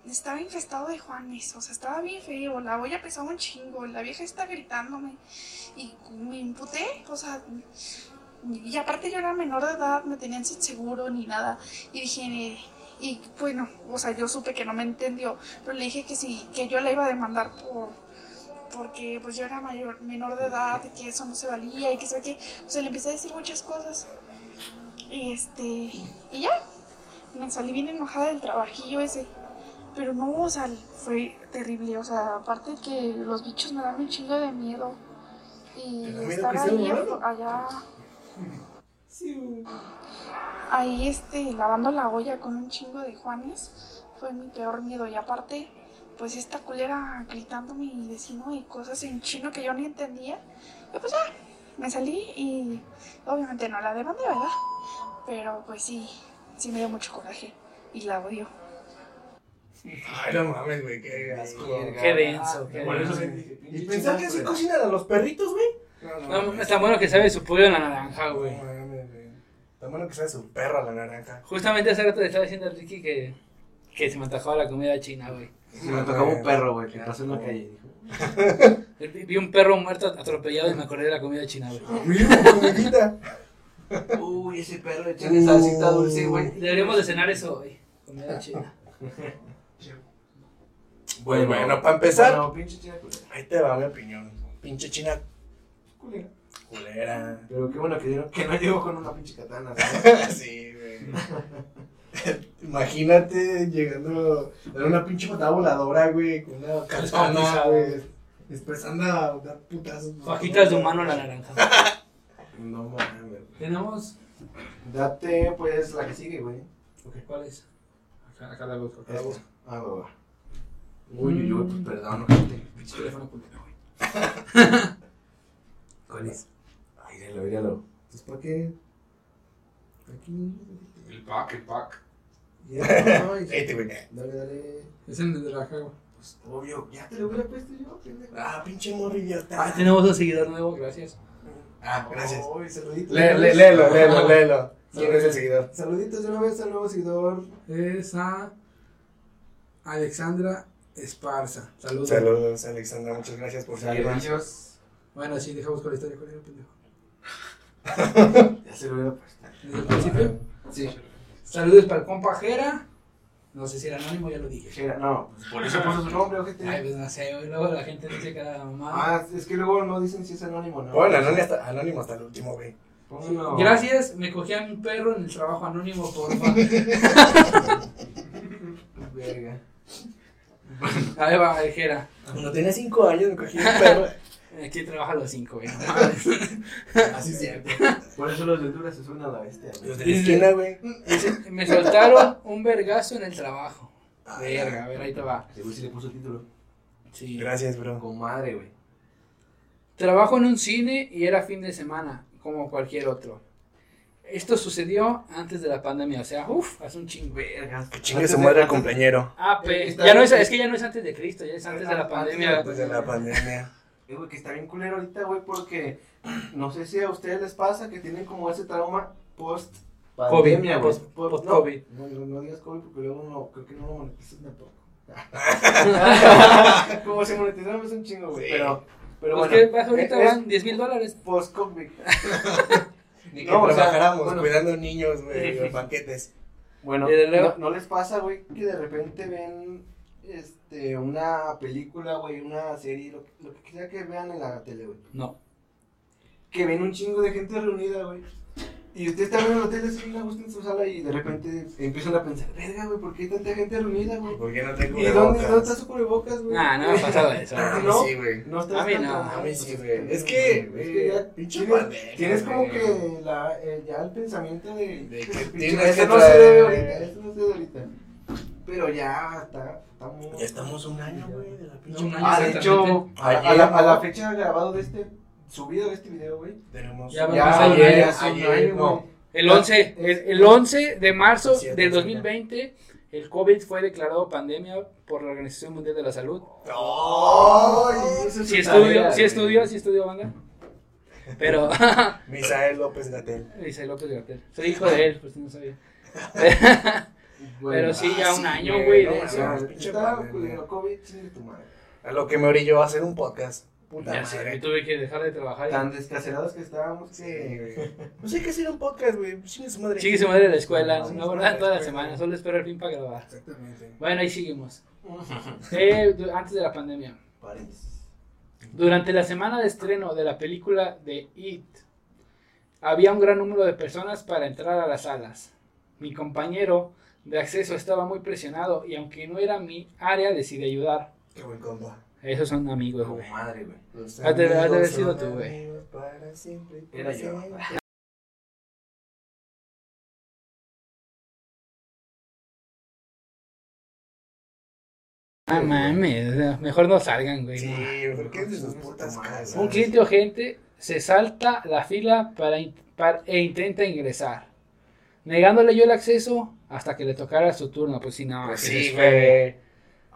E: estaba infestado de Juanes, o sea, estaba bien feo, la olla pesaba un chingo, la vieja está gritándome y me imputé, o sea, y aparte yo era menor de edad, me tenían sin seguro ni nada. Y dije, eh, y bueno, o sea, yo supe que no me entendió, pero le dije que sí, que yo la iba a demandar por porque pues yo era mayor, menor de edad, y que eso no se valía y que sé qué. O sea, le empecé a decir muchas cosas. Y este, y ya, me salí bien enojada del trabajillo ese. Pero no, o sea, fue terrible. O sea, aparte que los bichos me dan un chingo de miedo. Y
A: ¿Te da miedo
E: estar
A: que sea
E: ahí,
A: humano?
E: allá, ahí este, lavando la olla con un chingo de Juanes fue mi peor miedo. Y aparte, pues esta culera gritándome y diciendo y cosas en chino que yo ni entendía. Y pues ya, me salí y obviamente no la demandé, ¿verdad? Pero pues sí, sí me dio mucho coraje y la odio.
A: Ay, no mames, güey, qué
C: [LAUGHS]
A: asco.
B: Verga. Qué denso, qué
A: Por eso
B: denso.
A: sí. Y pensar que así cocinan a los perritos, güey. No,
B: No, mames, está bueno que sabe su pollo a la naranja,
A: No
B: güey.
A: mames, güey. Tan bueno que sabe su perro a la
B: [LAUGHS]
A: naranja.
B: Justamente hace rato le estaba diciendo a Ricky que, que se me atajaba la comida china, güey.
C: Se me tocó un perro, güey, que pasó en la calle. dijo.
B: Vi vi un perro muerto atropellado y me acordé de la comida china, güey.
A: Mira, comidita.
C: Uy, ese perro, echarle salsita dulce, güey.
B: Uh. Deberíamos de cenar eso hoy. [LAUGHS] Comida china.
A: Bueno,
F: Bueno,
A: Pues bueno, para empezar,
C: No, pinche china culera.
A: ahí te va mi opinión. Pinche china
C: Culera.
A: culera. [LAUGHS]
C: Pero qué bueno que, dieron- que no llegó con una pinche katana, ¿sabes? [LAUGHS]
A: Sí, güey. Imagínate llegando a una pinche patada voladora, güey, con una katana, güey. Después anda a dar putazos. ¿no?
B: Fajitas de humano a la naranja.
C: No mames, güey.
B: Tenemos.
C: Date, pues, la que sigue, güey.
B: ¿Cuál es? Acá, acá la busco, acá la
C: Esta.
B: busco.
C: Ah, va, va. Uy, uy, uy, pues perdón, gente.
B: Pinche teléfono culero, güey.
C: ¿Cuál es? Ay, míralo, míralo. Pues, ¿para qué? Aquí.
G: El pack,
C: [LAUGHS]
G: el pack.
C: Ya, ay.
A: Vete, güey.
C: Dale, dale.
B: Es el de la güey.
C: Pues, obvio. Ya te lo hubiera puesto yo, pendejo.
A: Ah, pinche morro
B: Ah,
A: idiota.
B: tenemos un seguidor nuevo, gracias.
A: Ah, gracias.
C: Uy, saluditos.
A: Le, le, léelo, léelo, léelo. ¿Quién es el seguidor?
C: Saluditos de una vez al nuevo seguidor.
G: Es a Alexandra Esparza. Saludos.
A: Saludos, Alexandra. Muchas gracias por seguirnos.
C: Saludos.
G: Bueno, sí, dejamos con la historia con el pendejo.
C: Ya se lo hubiera puesto.
B: Desde el principio.
C: Sí.
B: Saludos para el compa Jera. No sé si era anónimo, ya lo dije.
C: Era- No, pues, por eso puso su nombre, ojete.
B: Ay, pues no sé, güey. Luego la gente dice cada mamá.
C: Ah, es que luego no dicen si es anónimo o no.
A: Bueno, anónimo hasta, anónimo hasta el último, güey.
C: Ponlo.
B: Gracias, me cogí a un perro en el trabajo anónimo, porfa.
C: Verga.
B: Ahí va, Jera.
A: Cuando tenía 5 años me cogí un [LAUGHS] perro.
B: Aquí trabaja los cinco, güey.
A: Así es cierto.
C: Por eso los de Honduras se suena a la bestia.
A: Los de la esquina, güey.
B: Me soltaron un vergazo en el trabajo. Verga, a ver, ahí te va.
C: Seguro si le puso el título.
B: Sí.
A: Gracias, bro.
C: Comadre, güey.
B: Trabajo en un cine y era fin de semana, como cualquier otro. Esto sucedió antes de la pandemia, o sea, uff, hace un chingo.
C: Vergas.
A: Que chingue su madre al compañero.
B: Ah,
C: Eh,
B: pero
C: está-
B: ya no es, es que ya no es antes de Cristo, ya es antes de la
C: Ah,
B: pandemia.
C: antes
A: Después de la pandemia.
C: Eh, güey, que está bien culero ahorita, güey, porque no sé si a ustedes les pasa que tienen como ese trauma post pandemia, güey.
B: Post- post-COVID.
C: No, no, no digas COVID porque luego no, creo que no lo monetizan tampoco.
B: [LAUGHS]
C: [LAUGHS] como se monetizaron es un chingo, güey.
A: Sí.
C: Pero, pero
B: Pues que
C: bueno.
B: vas ahorita
C: es-
B: van 10 mil dólares.
C: Post-COVID.
A: Ni que
C: No, o sea,
A: trabajáramos
C: bueno.
A: cuidando niños, güey, los banquetes.
C: Bueno,
B: Y de luego-
C: no, no les pasa, güey, que de repente ven este, una película, güey, una serie, lo, que- lo que sea que vean en la tele, güey?
B: No.
C: Que ven un chingo de gente reunida, güey. Y ustedes están en la tele, así, la gusta en su sala y de repente empiezan a pensar, verga, güey, ¿por qué hay tanta gente reunida, güey?
A: ¿Por qué no tengo
C: ¿Y dónde, dónde está su cubrebocas, güey?
B: Nah, no me ha pasado eso.
A: Ah,
C: ¿No?
A: sí, güey.
C: [LAUGHS] No estás
B: A mí
C: tan
B: no,
C: traumado,
A: A mí sí,
C: pues,
A: güey. Es que, eh,
C: es que ya
A: pinche
C: tienes-
A: pandemia,
C: Tienes como
A: güey.
C: que la, eh, ya el pensamiento de.
A: De que
C: [LAUGHS] pinche,
A: tienes
C: eso
A: que
C: no se debe
A: traer-
C: ahorita, eso no se debe ahorita. Pero ya está, estamos.
A: Ya estamos un año, güey, de la pinche
B: No, un año.
C: Ah, de hecho, a, a
A: Ayer,
C: la, a la
A: ¿no?
C: fecha grabado de este. Subido de este video, güey.
A: Tenemos
B: Ya
C: Ya,
B: vamos
C: güey,
B: ayer,
C: ya hace un año,
A: no.
C: güey.
B: El 11, el, el 11 de marzo del 2020 El COVID fue declarado pandemia por la Organización Mundial de la Salud.
A: ¡Ay!
C: Eso es
B: Ah, Sí
C: su
B: estudió,
C: tarea,
B: sí
C: güey.
B: estudió, sí estudió, banda. Pero, [LAUGHS]
A: Misael López Gatel.
B: dice López Gatel. Soy hijo de él, pues si no sabía.
C: Bueno,
B: Pero sí, ya
A: ah,
B: un
A: sí,
B: año,
A: güey,
B: güey.
A: no
B: de
A: mames.
B: eso.
C: ya,
A: pinche
C: Estaba
A: pandemia.
C: culero COVID, chingue tu madre.
A: A lo que me orilló a hacer un podcast. Puta
B: Ya sé,
A: madre.
B: yo tuve que dejar de trabajar.
C: Tan descacerados que estábamos.
A: Sí, güey. No sé qué hacer un podcast, güey. Chingue su madre.
B: Chingue su madre de la escuela,
A: No,
B: no
A: no,
B: verdad
A: no,
B: toda la
A: escuela.
B: semana, solo espero el fin para grabar.
G: Exactamente.
B: Bueno, ahí seguimos. Eh, du- antes de la pandemia.
C: [LAUGHS] Paréntesis.
B: Durante la semana de estreno de la película de It, había un gran número de personas para entrar a las salas. Mi compañero de acceso estaba muy presionado y aunque no era mi área decidí ayudar.
A: Qué buen combo.
B: Esos son amigos,
F: Como
B: güey.
F: madre, güey.
A: Los
B: Ha de- ha de haber
A: amigos
B: sido
A: son
B: tú, güey.
A: amigos para siempre y por
F: Era yo.
A: siempre.
B: Ah, mames, o sea, mejor no salgan, güey.
A: Sí,
B: no.
A: mejor que de sus putas casas.
B: Un cliente o gente se salta la fila para, in- par- e intenta ingresar, negándole yo el acceso hasta que le tocara su turno. Pues sí, no,
A: Pues
B: se
A: sí,
B: les fue.
A: güey.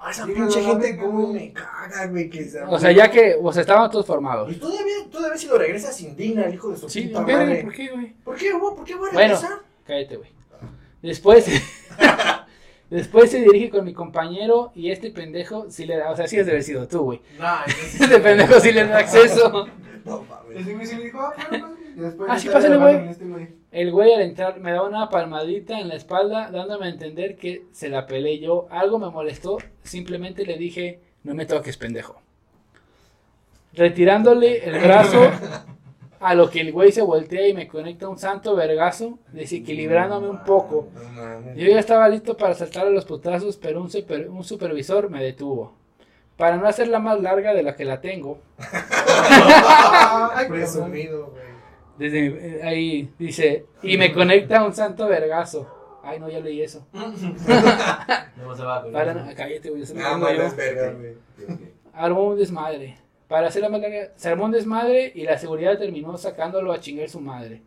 A: Ah, esa
C: Sí,
A: pinche
C: no,
A: gente
C: no,
A: como
C: no.
A: me caga, güey. Que se-
B: O sea, ya que o sea, estaban todos formados.
A: Y todavía, todavía si lo regresas se indigna el hijo de su
B: Sí,
A: puta
B: verga,
A: madre.
B: ¿por qué, güey?
A: ¿Por qué, güey? ¿Por qué voy a
B: Bueno.
A: regresar?
B: Cállate, güey. Después, [LAUGHS] después se dirige con mi compañero y este pendejo sí le da, o sea, sí es de haber sido tú, güey. [LAUGHS]
A: [LAUGHS]
C: Nah,
B: Este pendejo sí le da acceso.
A: No mames.
C: Ese güey sí me dijo, ah, bueno,
A: pues,
C: güey. Y después
B: Ah,
C: ya
B: sí,
C: estaba
B: pásale,
C: grabando
B: güey.
C: en
A: [LAUGHS]
C: este güey.
B: El güey al entrar me da una palmadita en la espalda, dándome a entender que se la peleé yo. Algo me molestó, simplemente le dije, no me toques, pendejo. Retirándole el brazo, a lo que el güey se voltea y me conecta un santo vergazo, desequilibrándome un poco.
A: No mames.
B: Yo ya estaba listo para saltar a los putazos, pero un, super- un supervisor me detuvo. Para no hacerla más larga de la que la tengo,
C: Ay, cabrón.
A: Presumido, güey.
B: desde eh, ahí dice, y me conecta un santo vergazo. Ay, no, ya leí eso.
F: No más abajo.
B: Para, no, ah, cállate, güey, eso no
C: Ah,
A: Nada
B: tengo
A: más
B: yo.
A: es verga, güey.
B: Armó un desmadre. Para hacerla más larga, se armó un desmadre y la seguridad terminó sacándolo a chingar su madre.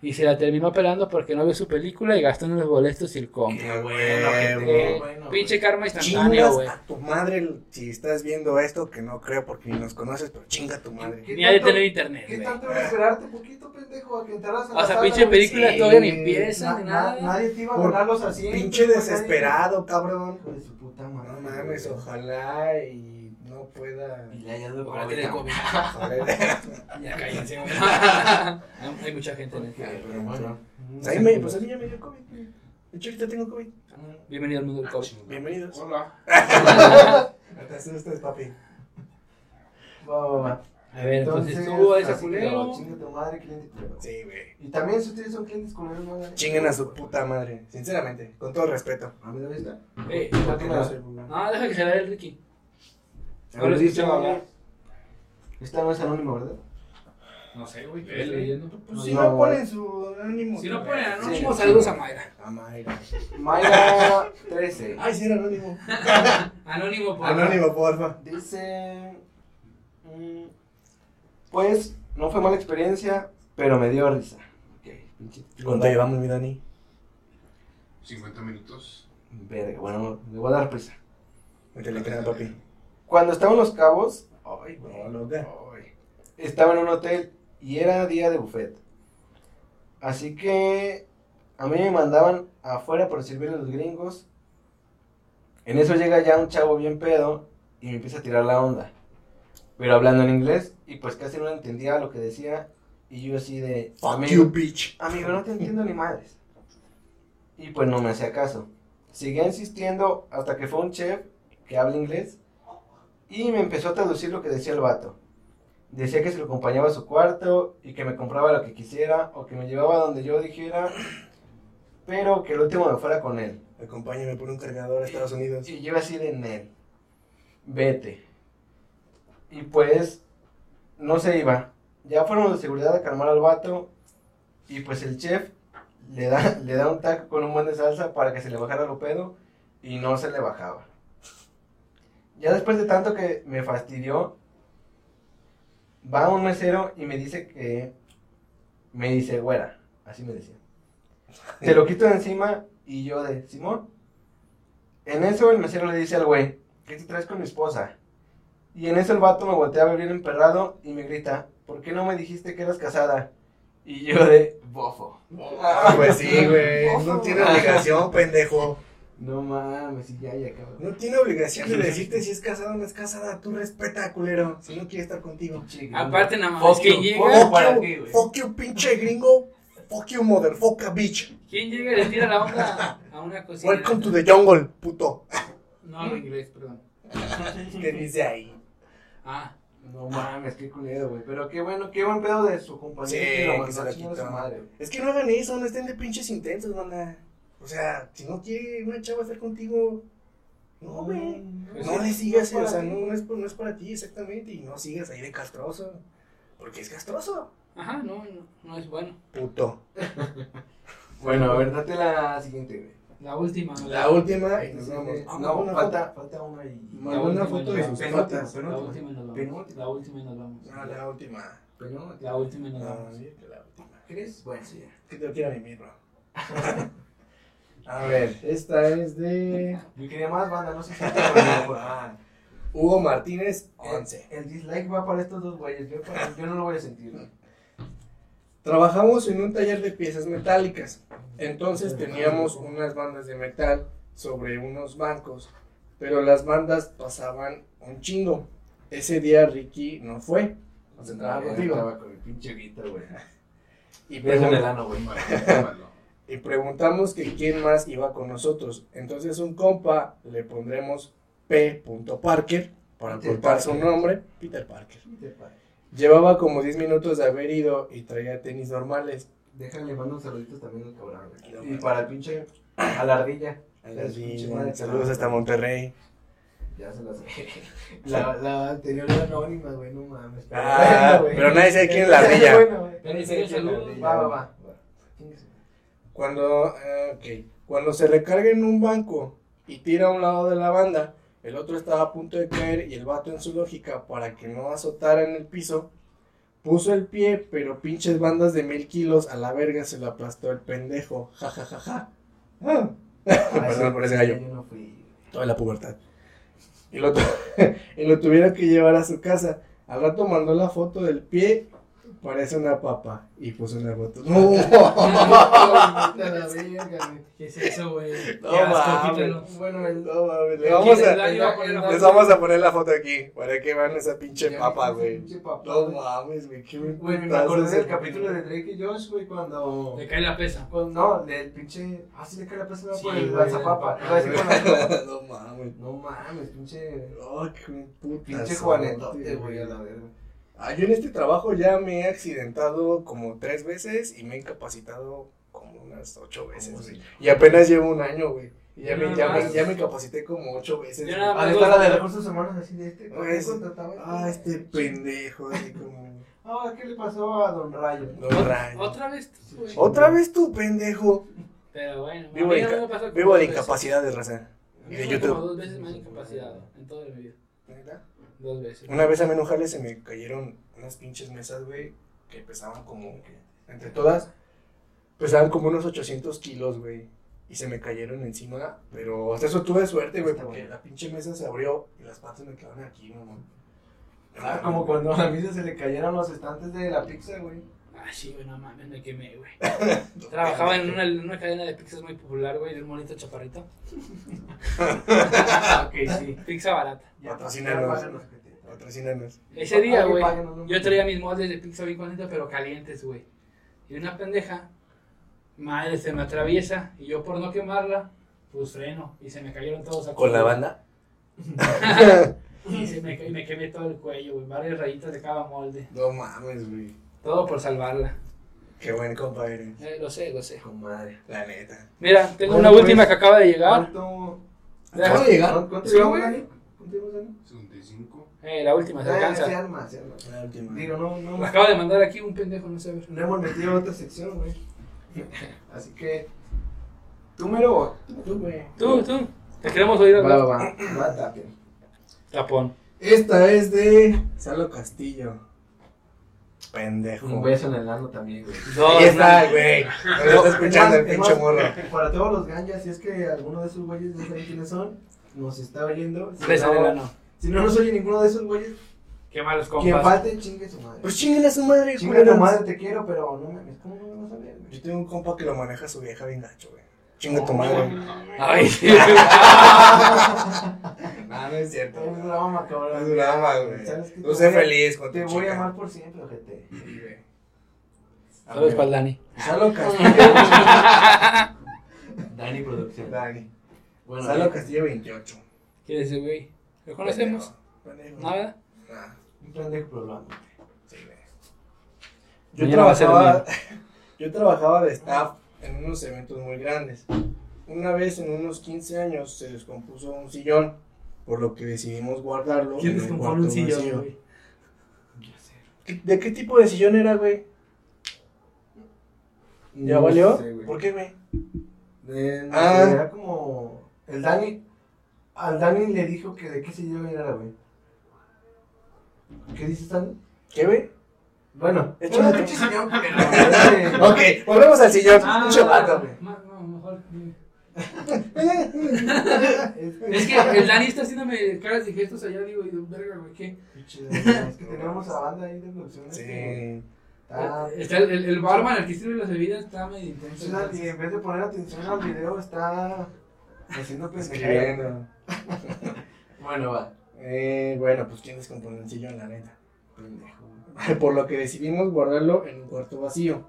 B: Y se la terminó pelando porque no vio su película y gastó en los boletos y el combo.
F: Qué bueno, que
B: Eh,
F: te- bueno,
B: pinche karma instantáneo,
A: Chingas
B: güey.
A: a tu madre si estás viendo esto, que no creo porque ni nos conoces, pero chinga a tu madre.
C: ¿Qué
B: Ni ha de
C: tanto-
B: tener internet,
C: ¿Qué
B: güey.
C: tanto iba a esperarte poquito, pendejo, a que entraras a
B: O
C: la
B: sea,
C: sala,
B: pinche
C: güey?
B: película
A: Sí,
B: todavía ni empieza
C: Na-
B: ni
C: na-
B: nada.
C: Nadie te iba a
A: Por
C: ganar los asientos.
A: Pinche
C: güey, nadie-
A: desesperado, cabrón.
C: Hijo de su puta madre.
A: No mames, ojalá y no pueda.
F: Y le hayas dado
B: Ahora
F: COVID,
B: tiene
F: cabrón.
B: [LAUGHS] COVID.
A: Joder.
B: Ya cállense, güey. [LAUGHS] Hay mucha gente en el
F: Porque,
B: chat.
F: pero bueno.
A: Pues ahí me- pues a mí ya me dio COVID, güey. De hecho, ahorita tengo COVID.
B: Bienvenido al mundo
C: Ah,
B: del COVID.
A: Bienvenidos.
G: Hola.
A: No te asustes, papi.
C: Va, va, va.
B: A ver, entonces,
C: Entonces,
B: tú, ese
C: así quedó.
B: culero.
C: Chinga tu madre, cliente culero.
A: Sí, güey.
C: Y también si ustedes son clientes culeros, no hagan-
A: Chinguen a su puta madre, sinceramente, con todo respeto.
C: A mí debe estar.
B: Eh,
C: ¿Por qué no?
B: No, deja que se la dé el Ricky.
C: A
B: Ahora
C: ver,
B: sí
C: dice,
B: se va a hablar.
C: Esta no es anónimo, ¿verdad?
B: No sé, güey.
F: Vele.
A: Pues
C: si no ponen
A: su anónimo.
B: Si no ponen anónimo,
C: Sí.
B: saludos a Mayra.
A: A Mayra.
C: Mayra 13.
A: Ay, sí, era anónimo.
B: Anónimo, por
A: Anónimo, porfa.
C: Dice. mm, Pues no fue mala experiencia, pero me dio risa. Ok, pinche-
A: ¿Cuánto llevamos, mi Dani?
G: 50 minutos.
C: Verga, bueno, le voy a dar prisa.
A: Métele crema, papi.
C: Cuando estaba en Los Cabos, ay, güey,
A: No, loca.
C: ay, estaba en un hotel y era día de buffet. Así que a mí me mandaban afuera por servir a los gringos. En eso llega ya un chavo bien pedo y me empieza a tirar la onda. Pero hablando en inglés y pues casi no entendía lo que decía y yo así de...
A: Fuck
C: "Amigo,
A: you, bitch.
C: Amigo, no te entiendo ni madres. Y pues no me hacía caso. Seguía insistiendo hasta que fue un chef que habla inglés y me empezó a traducir lo que decía el vato. Decía que se lo acompañaba a su cuarto y que me compraba lo que quisiera o que me llevaba donde yo dijera, pero que el último me fuera con él.
A: Acompáñame por un cargador a Estados Unidos.
C: Y yo así de Nel, vete. Y pues no se iba. Ya fueron los de seguridad a calmar al vato. Y pues el chef le da, [LAUGHS] le da un taco con un buen de salsa para que se le bajara lo pedo. Y no se le bajaba. Ya después de tanto que me fastidió, va un mesero y me dice que. Me dice, güera. Así me decía. Te lo quito de encima y yo de, Simón. En eso el mesero le dice al güey, ¿qué te traes con mi esposa? Y en eso el vato me voltea a ver bien emperrado y me grita, ¿por qué no me dijiste que eras casada? Y yo de bofo.
A: Ah, pues sí, güey. Ah. No tiene obligación, pendejo.
C: No mames, y ya, ya, cabrón.
A: No tiene obligación de decirte si es casada o no es casada. Tú respeta, culero. Si no quiere estar contigo.
B: Aparte, nada más.
F: Fuck
B: ¿Quién
F: you.
B: llega?
F: Fuck.
A: Fuck
F: para ti,
A: you,
F: güey.
A: fuck you, pinche gringo. Fuck you, motherfucker, bitch.
B: ¿Quién llega y le tira la onda a una cocina?
A: Welcome to the jungle, puto.
B: No, en inglés, perdón.
A: ¿Qué dice ahí?
B: Ah,
C: No mames, qué culero, güey. Pero qué bueno, qué buen pedo de su
A: Sí,
C: compañero que lo
A: que
C: mandó
A: se
C: a
A: la
C: chingar a
A: quitó.
C: su madre. güey.
A: Es que no hagan eso, no estén de pinches intentos, banda. O sea, si no quiere una chava estar contigo, no, güey.
B: pues
A: No
B: sí.
A: le sigas,
C: no es
A: o sea,
C: para
A: no,
C: ti.
A: no es, no es para ti exactamente. Y no sigas ahí de castroso. Porque es castroso.
B: Ajá, no, no, no es bueno.
A: Puto.
C: Bueno, a ver, date la siguiente, güey.
B: La última.
A: La última. y nos
C: Entonces,
A: vamos.
C: eh,
A: Ah,
C: no,
A: una
C: falta, falta una y.
A: foto- mandó una foto de sus
C: Penúltima,
A: patas.
B: La
C: penúltima.
B: última y nos vamos.
C: Penúltima.
B: La última y nos vamos.
A: No, la última.
C: Pero,
B: Ah, La última y nos
A: No,
B: [LAUGHS] vamos.
A: sí, que la última.
C: ¿Crees? Bueno, sí, ya.
A: Que te quiero mimir, bro. A ver, esta es de
C: Yo quería más banda, no sé [LAUGHS] si Ah,
A: Hugo Martínez
C: el,
A: 11.
C: el dislike va para estos dos güeyes. Yo, para- yo no lo voy a sentir. güey.
A: Trabajamos en un taller de piezas metálicas. Entonces teníamos unas bandas de metal sobre unos bancos, pero las bandas pasaban un chingo. Ese día Ricky no fue. O sea,
C: ah,
A: trabajaba contigo.
C: Estaba con el pinche guita, [LAUGHS] güey.
A: Y
C: Beso en
A: preguntó-
C: el ano, güey.
A: y preguntamos que quién más iba con nosotros. Entonces un compa le pondremos P. Parker para
C: Peter
A: ocultar su
C: Parker.
A: nombre, Peter Parker. Llevaba como 10 minutos de haber ido y traía tenis normales.
C: Déjale, mando saluditos también al cabrón, güey.
A: No,
C: Y
A: güey.
C: para el pinche. A la ardilla.
A: A
C: la
A: las
C: pinche
A: niñas.
C: madre.
A: Saludos hasta Monterrey.
C: Ya se las. [LAUGHS] la, la anterior era anónima, güey, no mames.
A: Ah,
C: güey.
A: pero nadie sabe quién es la
C: Ese
A: ardilla.
C: [LAUGHS] bueno, güey.
B: Pero sí, saludos.
C: Va, va, va. Chingues.
A: Cuando, ah, ok. Cuando se recarga en un banco y tira a un lado de la banda, el otro estaba a punto de caer y el vato en su lógica para que no azotara en el piso, puso el pie, pero pinches bandas de mil kilos a la verga se lo aplastó el pendejo. Ja, ja, ja, ja. Ah. Perdón por ese gallo.
C: Yo no [LAUGHS] fui.
A: Toda la pubertad. Y lo, tu- [LAUGHS] y lo tuvieron que llevar a su casa. Al rato mandó la foto del pie, parece una papa. Y puso una foto. ¡No!
B: ¿Qué es eso, güey? Qué
A: No
B: asco,
A: mames.
B: quítalo.
C: Bueno,
A: [LAUGHS]
C: el
A: No, mames, le vamos
B: ¿Quién es
A: a-
B: la- iba a poner la
A: les
B: foto?
A: vamos a poner la foto aquí. Para que vean esa pinche
C: Ya
A: papa,
C: viste,
A: güey.
C: pinche papa,
A: No
C: güey.
A: mames, güey. Qué
C: Güey, me
A: putazo
C: acordé
A: ese
C: del
A: pedo.
C: capítulo de Drake y Josh, güey, cuando.
B: Le cae la pesa.
C: cuando no, del pinche. Ah, sí, le cae la persona
B: Sí,
C: por el
B: güey,
C: lanzapapa.
B: el
C: Iba a decir
A: [LAUGHS]
C: con la-
A: No mames.
C: No mames, pinche.
A: Oh, qué putazo,
C: Pinche Juanetote, güey, a la verga.
A: Ah, yo en este trabajo ya me he accidentado como tres veces y me he incapacitado como unas ocho veces,
C: Como
A: güey.
C: si-
A: Y apenas llevo un año, güey. Y ya,
B: Yo
A: me,
B: nada
A: ya, me,
B: más-
A: ya me incapacité como ocho veces.
B: Yo
A: güey.
B: nada
C: Ah,
B: más-
C: está la de recursos humanos así de este.
A: Güey, sí.
C: contrataba
A: Ah, este pendejo, así como.
C: Ah, ¿qué le pasó a Don Rayo?
A: No, rayos.
B: Otra vez, tú, güey.
A: Otra vez tú, pendejo.
B: Pero bueno,
A: Vivo
B: a mí
A: de
B: no
A: inca-
B: me pasa como
A: Vivo
B: dos
A: de
B: veces.
A: incapacidad de raza.
B: A mí
A: De
B: me pasa como
A: YouTube.
B: Dos veces me han incapacitado en toda mi vida. Dos veces.
A: Una vez a mí en un jale se me cayeron unas pinches mesas, güey, que pesaban como, entre todas, pesaban como unos 800 kilos, güey. Y se me cayeron encima, pero hasta eso tuve suerte, güey,
C: Está
A: porque
C: bueno.
A: la pinche mesa se abrió y las patas me quedaron aquí, mamá.
C: Ah, como cuando a mí se le cayeron los estantes de la pizza, güey.
B: Ah, sí, güey, no mames, me quemé, güey. Trabajaba en una, en una cadena de pizzas muy popular, güey, de un
A: [LAUGHS]
B: monito chaparrito.
C: ok, sí.
B: Pizza barata.
A: Patrocínanos.
C: páganos, que te-
A: Patrocínanos.
B: Ese día,
C: Alguien
B: güey,
C: páganos, no
B: yo traía mis moldes de pizza bien contentos, pero calientes, güey. Y una pendeja, madre, se me atraviesa. Y yo, por no quemarla, pues freno. Y se me cayeron todos a
A: ¿Con la banda?
B: Y se me, ca- y me quemé todo el cuello, güey. Varias rayitas de cada molde.
A: No mames, güey.
B: Todo por salvarla.
A: Qué buen compa eres,
B: Eh, lo sé, lo sé.
C: Comadre.
A: la neta.
B: Mira, tengo una
C: Bueno, pues,
B: última que acaba de llegar.
C: ¿Cuánto?
A: ¿Acabas de llegar?
C: ¿Cuánto cuánto
B: Sí,
C: llevamos,
B: güey.
C: Dani? ¿Cuánto llevamos, Dani?
G: 65.
B: Eh, la última, se
C: Eh,
B: alcanza.
C: Se arma, se arma.
A: La última.
C: Digo, no, no,
B: Me acaba de mandar aquí un pendejo, no sé ver.
C: no hemos metido otra sección, güey. [LAUGHS] Así que, número...
A: Tú, güey.
B: Tú, tú. Te queremos oír
C: Va,
B: hablar.
C: va, va. Va, Tapia.
B: Tapón.
A: Esta es de Salo Castillo. Pendejo.
F: Un beso en el ano también, güey.
B: Dos,
A: Ahí está,
B: no.
A: güey. No lo está escuchando el
C: Es más,
A: pinche
C: es más,
A: morro.
C: [LAUGHS] Para todos los ganjas, si es que alguno de esos güeyes no saben quiénes son, nos está oyendo. Si
B: Beso en el
C: no,
B: ano.
C: si no nos oye ninguno de esos güeyes,
B: Qué malos
C: quien
B: compas.
C: falte, chingue su madre.
A: Pues chingale a su madre,
C: Chingue tu
A: culeros.
C: madre, te quiero, pero no mames, ¿cómo no me vas a ver,
A: [LAUGHS]
C: güey?
A: Yo tengo un compa que lo maneja su vieja bien gacho, güey. Chinga tu madre.
B: Ay, sí.
A: No, no es cierto.
C: Es drama, cabrón.
A: Es drama, güey.
C: ¿Sabes qué?
A: Tú sé feliz con tu
C: Te voy a
A: chica.
C: amar por siempre, ojete.
A: Sí, güey.
B: Saludos para el Dani.
C: Salo Castillo.
F: Dani Producción.
A: Dani.
F: Bueno, eh.
A: Salo
F: bien.
A: Castillo 28.
B: ¿Quién es ese güey? ¿Lo conocemos?
A: Pendejo.
B: ¿Nada?
A: Ah,
C: Un pendejo problema.
A: sí, güey. Yo
B: Mañana va a ser
A: trabajaba, [LAUGHS] yo trabajaba de staff en unos eventos muy grandes. Una vez en unos 15 años se descompuso un sillón, por lo que decidimos guardarlo. en
B: descompone
A: cuarto vacío. ¿Qué- ¿De qué tipo de sillón era, güey? ¿Ya
C: No
A: valió?
C: sé, güey.
A: ¿Por qué, güey?
C: De, no
A: Ah.
C: sé, era como. El Dani. Al Dani le dijo que de qué se yo era, güey. ¿Qué dices, Dani?
A: ¿Qué, güey?
C: Bueno,
A: Échale
C: bueno,
A: otro.
C: pinche señor, culero. Dale.
A: Ok, volvemos al sillón.
B: Ah,
A: [LAUGHS] Un chavato, güey.
B: ma- no, mejor.
C: Es que-
B: Es que el Dani está haciéndome caras de gestos allá, digo, y verga, güey, ¿qué?
C: Pinche Dani, Es que tenemos a banda ahí de producciones. que-
A: Sí.
C: Ah,
B: Está el, el, el barman, el que sirve las bebidas, está medio intenso.
C: pinche Dani, en vez de poner atención al video, está haciendo pendejadas.
A: Escribiendo.
F: Bueno, va.
A: Eh, bueno, pues quién descompone el sillón, la neta.
C: Pendejo.
A: [LAUGHS] Por lo que decidimos guardarlo en un cuarto vacío.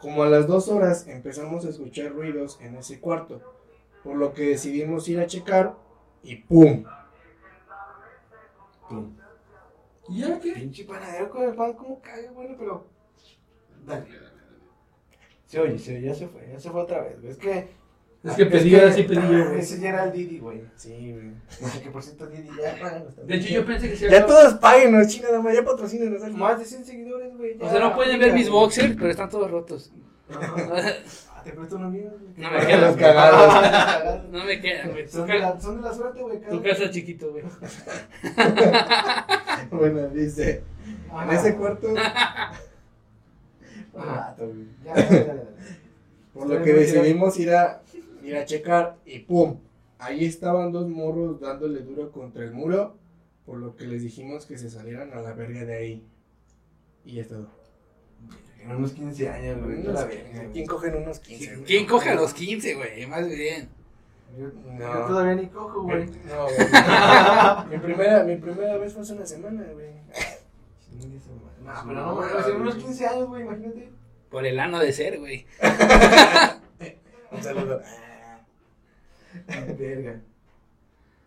A: Como a las dos horas empezamos a escuchar ruidos en ese cuarto. Por lo que decidimos ir a checar y ¡pum!
F: Pum.
B: ¿Y ya qué?
C: Pinche panadero con el pan, ¿cómo cae? Bueno, pero. Dale.
G: Dale, dale, dale.
C: Se oye, se oye, ya se fue, ya se fue otra vez. güey. Es que.
B: Es que pedí, ahora sí pedí
C: [LAUGHS]
B: eh. yo, güey.
C: Ese ya era el Didi, güey.
A: Sí, güey.
C: Que por cierto, Didi ya páganos
B: De
C: también.
B: hecho, yo pensé que se
A: Ya todos páguenos, chingada madre, ya patrocínenos. algo.
C: Más de 100 seguidores, güey.
B: O sea, no pueden ver mis boxers, pero están todos rotos. [LAUGHS]
C: boxes. Ah, Te presto unos míos. güey.
B: No
C: Ah,
B: me
A: Los
B: quedan.
A: cagados.
B: [LAUGHS] No me quedan, güey. Tu
C: Son de
B: ca-
C: la- son de la suerte, güey. cada-
B: Tu casa chiquito, güey.
A: Bueno, dice.
C: Ajá.
A: En ese [LAUGHS] cuarto.
C: Ajá. Ya, ya,
B: [LAUGHS]
C: ya, ya.
A: Por lo que decidimos ir a, ir a checar y ¡pum! Ahí estaban dos morros dándole duro contra el muro, por lo que les dijimos que se salieran a la verga de ahí. Y es todo.
C: En unos 15 años, güey. vete a la verga, güey.
A: ¿Quién cogen unos 15? güey?
B: ¿Quién coge a los 15, güey? Más bien.
C: Yo,
A: No.
C: yo todavía ni cojo, güey.
A: No, güey. [LAUGHS] mi, primera, mi primera vez fue hace una semana, güey.
C: Chingue su madre. No, pero no, mames, en unos 15 años,
B: [LAUGHS]
C: güey, imagínate.
B: Por el ano de ser, güey.
A: Un saludo. Ah,
C: Verga.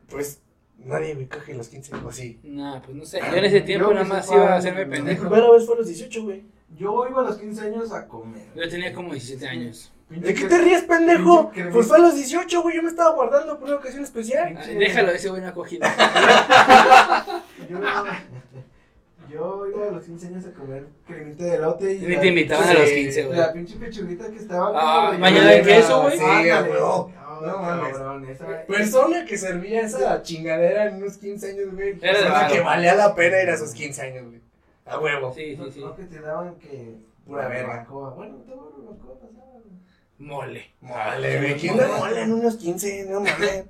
A: Pues nadie me coge los 15, o sí.
B: No, pues no sé. Yo en ese tiempo
C: Yo
B: nada
C: que
B: más
C: sepa,
B: iba a hacerme
C: no.
A: Mi
B: pendejo.
A: primera vez fue a los 18, güey.
C: Yo iba a los 15 años a comer.
B: Yo tenía como 17 años.
A: ¿De qué te ríes, pendejo?
C: Pinche crema.
A: Pues fue a los 18, güey. Yo me estaba guardando por una ocasión especial.
B: Ay, Déjalo, ese güey no ha [LAUGHS] cogido.
C: Yo, yo iba a los 15 años a comer cremita de elote y.
B: Ni
C: la-
B: te invitaban a los
A: Sí,
B: 15, güey.
C: La pinche pechuguita que estaba.
B: Ah,
C: como
B: bañada en queso, güey.
A: Sí,
C: Ándale.
A: güey.
C: No,
A: No
C: no
A: mames.
C: cabrón, esa-
A: Persona que servía esa chingadera en unos 15 años, güey.
B: Era de
A: Persona
B: barro.
A: que valía la pena ir a sus 15 años, güey. A huevo.
B: Sí, [LAUGHS] sí, sí.
C: No que te daban que.
A: Pura verga.
C: barbacoa. Bueno, te daban barbacoa, pasaba, güey.
B: Mole.
A: Mole, güey. ¿Quién da mole en unos 15? No
B: [LAUGHS]
A: mames.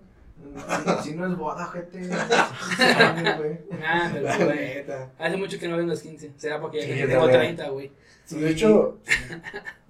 C: Si si no es boda, gente. [LAUGHS] De
B: Ah, pero
A: La
B: güey.
A: neta.
B: Hace mucho que no veo los 15. Será porque
A: Sí,
B: ya
A: yo
B: tengo
A: también.
B: 30, güey.
A: Sí, de hecho. de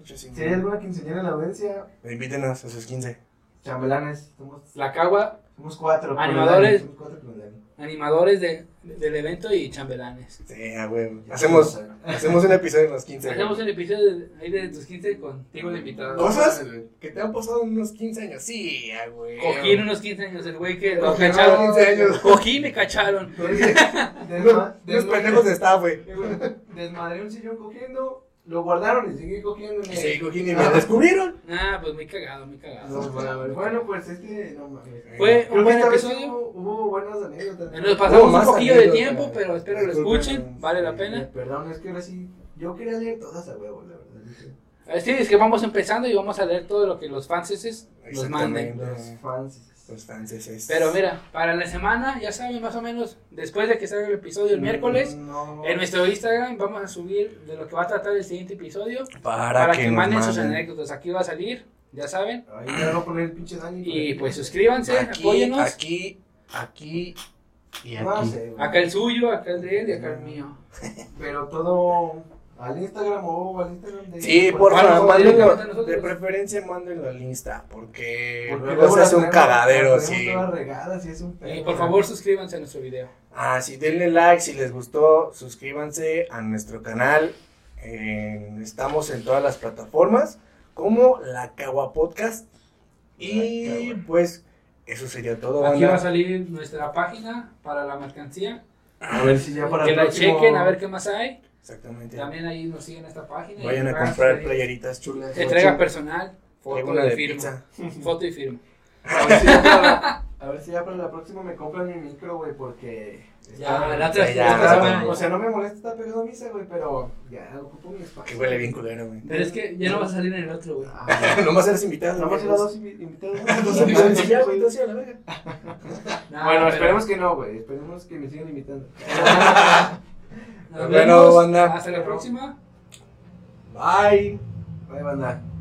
A: hecho, sí.
C: Si hay alguna quinceañera en la audiencia,
A: Invítenos a sus 15.
C: chambelanes, somos,
B: La cagua,
C: somos cuatro. con el
B: Animadores.
C: Dani, Somos cuatro con el Dani.
B: animadores de- del evento y chambelanes.
A: Sí, a huevo. Hacemos, hacemos un episodio en los 15. güey.
B: Hacemos un episodio de, ahí de tus 15 contigo de invitado.
A: [LAUGHS] ¿Cosas? Que te han pasado en unos 15 años. Sí, a huevo.
B: Cogí en unos 15 años, el güey que lo
A: Cogieron
B: cacharon.
A: 15 años.
B: Cogí y me cacharon.
A: Unos unos pendejos de staff, güey.
C: Desmadré un sillón cogiendo, lo guardaron y seguí cogiendo. y me-
A: Sí, cogí y me descubrieron.
B: Ah, pues muy cagado, muy cagado.
C: No, mames. bueno, pues este, no mames.
B: Fue un
C: Creo que
B: buen
C: esta vez
B: episodio.
C: hubo, hubo buenas anécdotas.
B: Nos pasamos
A: más
B: un poquillo de
A: amigos,
B: tiempo,
A: güey.
B: pero espero lo
A: Disculpen.
B: escuchen. Vale la pena.
C: Eh, Perdón, es que ahora sí, yo quería leer todas a huevo, la verdad. dije.
B: Así es que vamos empezando y vamos a leer todo lo que los fanses nos manden.
A: Exactamente.
C: Los fans.
A: Pues Frances es.
B: Pero mira, para la semana, ya saben, más o menos, después de que salga el episodio el miércoles,
A: Mm, No.
B: en nuestro Instagram vamos a subir de lo que va a tratar el siguiente episodio.
A: Para,
B: Para,
A: que,
B: que,
A: nos
B: manden sus
A: manden.
B: anécdotas. Aquí va a salir, ya saben.
C: Ahí me va a poner el pinche Dani.
B: Y pues suscríbanse,
A: Aquí,
B: apóyenos.
A: aquí, aquí y
C: No
A: aquí.
C: sé, güey.
B: Acá el suyo, acá el de él y acá el mío.
C: Pero todo al Instagram o al Instagram de. pues,
A: Sí, por
B: Bueno,
A: favor,
B: no,
A: mándenlo.
B: directamente nosotros.
A: De preferencia, mándenlo al Insta, porque,
C: Porque
A: luego se
C: las
A: hace un
C: tenemos-
A: cagadero,
C: las
A: sí.
C: tenemos todas regadas y es un
B: Y
C: pedo.
B: por favor, suscríbanse a nuestro video.
A: Ah, sí, denle like si les gustó, suscríbanse a nuestro canal. eh, estamos en todas las plataformas, como La Cagua Podcast. Y pues, eso sería todo.
B: Aquí
A: banda.
B: va a salir nuestra página para la mercancía.
C: A ver si ya para
B: que
C: el
B: la
C: próximo-
B: chequen, a ver qué más hay.
A: Exactamente.
B: También ah, ahí nos siguen esta página. y
A: Vayan a
B: van
A: comprar
B: pedir
A: playeritas chulas.
B: Entrega
A: Ocho.
B: personal,
A: Traigo
B: foto
A: una
B: de
A: de
B: firma.
A: pizza.
B: Foto y firma.
C: A ver si ya para
A: [LAUGHS]
C: la- a ver si ya para la próxima me compran mi micro, güey, porque.
B: Ya,
A: otra-
B: la otra
A: ya,
C: Está-
A: ya,
B: semana.
C: o sea, no me molesta estar pegando misa, güey, pero ya ocupo mi espacio.
A: Que huele bien culero, güey. [LAUGHS]
B: Pero es que ya no va a salir en el otro, güey.
C: Ah,
A: Nomás eres invitado.
C: Nomás
A: güey.
C: era dos invi-
A: [LAUGHS]
C: invitados. Dos
A: Sí,
C: invitados.
A: sí, ya, güey, entonces, a la verga.
B: Nah,
C: Bueno,
B: pero-
C: esperemos que no, güey. Esperemos que me sigan invitando.
B: Nos
A: Bueno,
B: vemos.
A: banda.
B: Hasta la próxima.
A: Bye.
C: Bye, banda.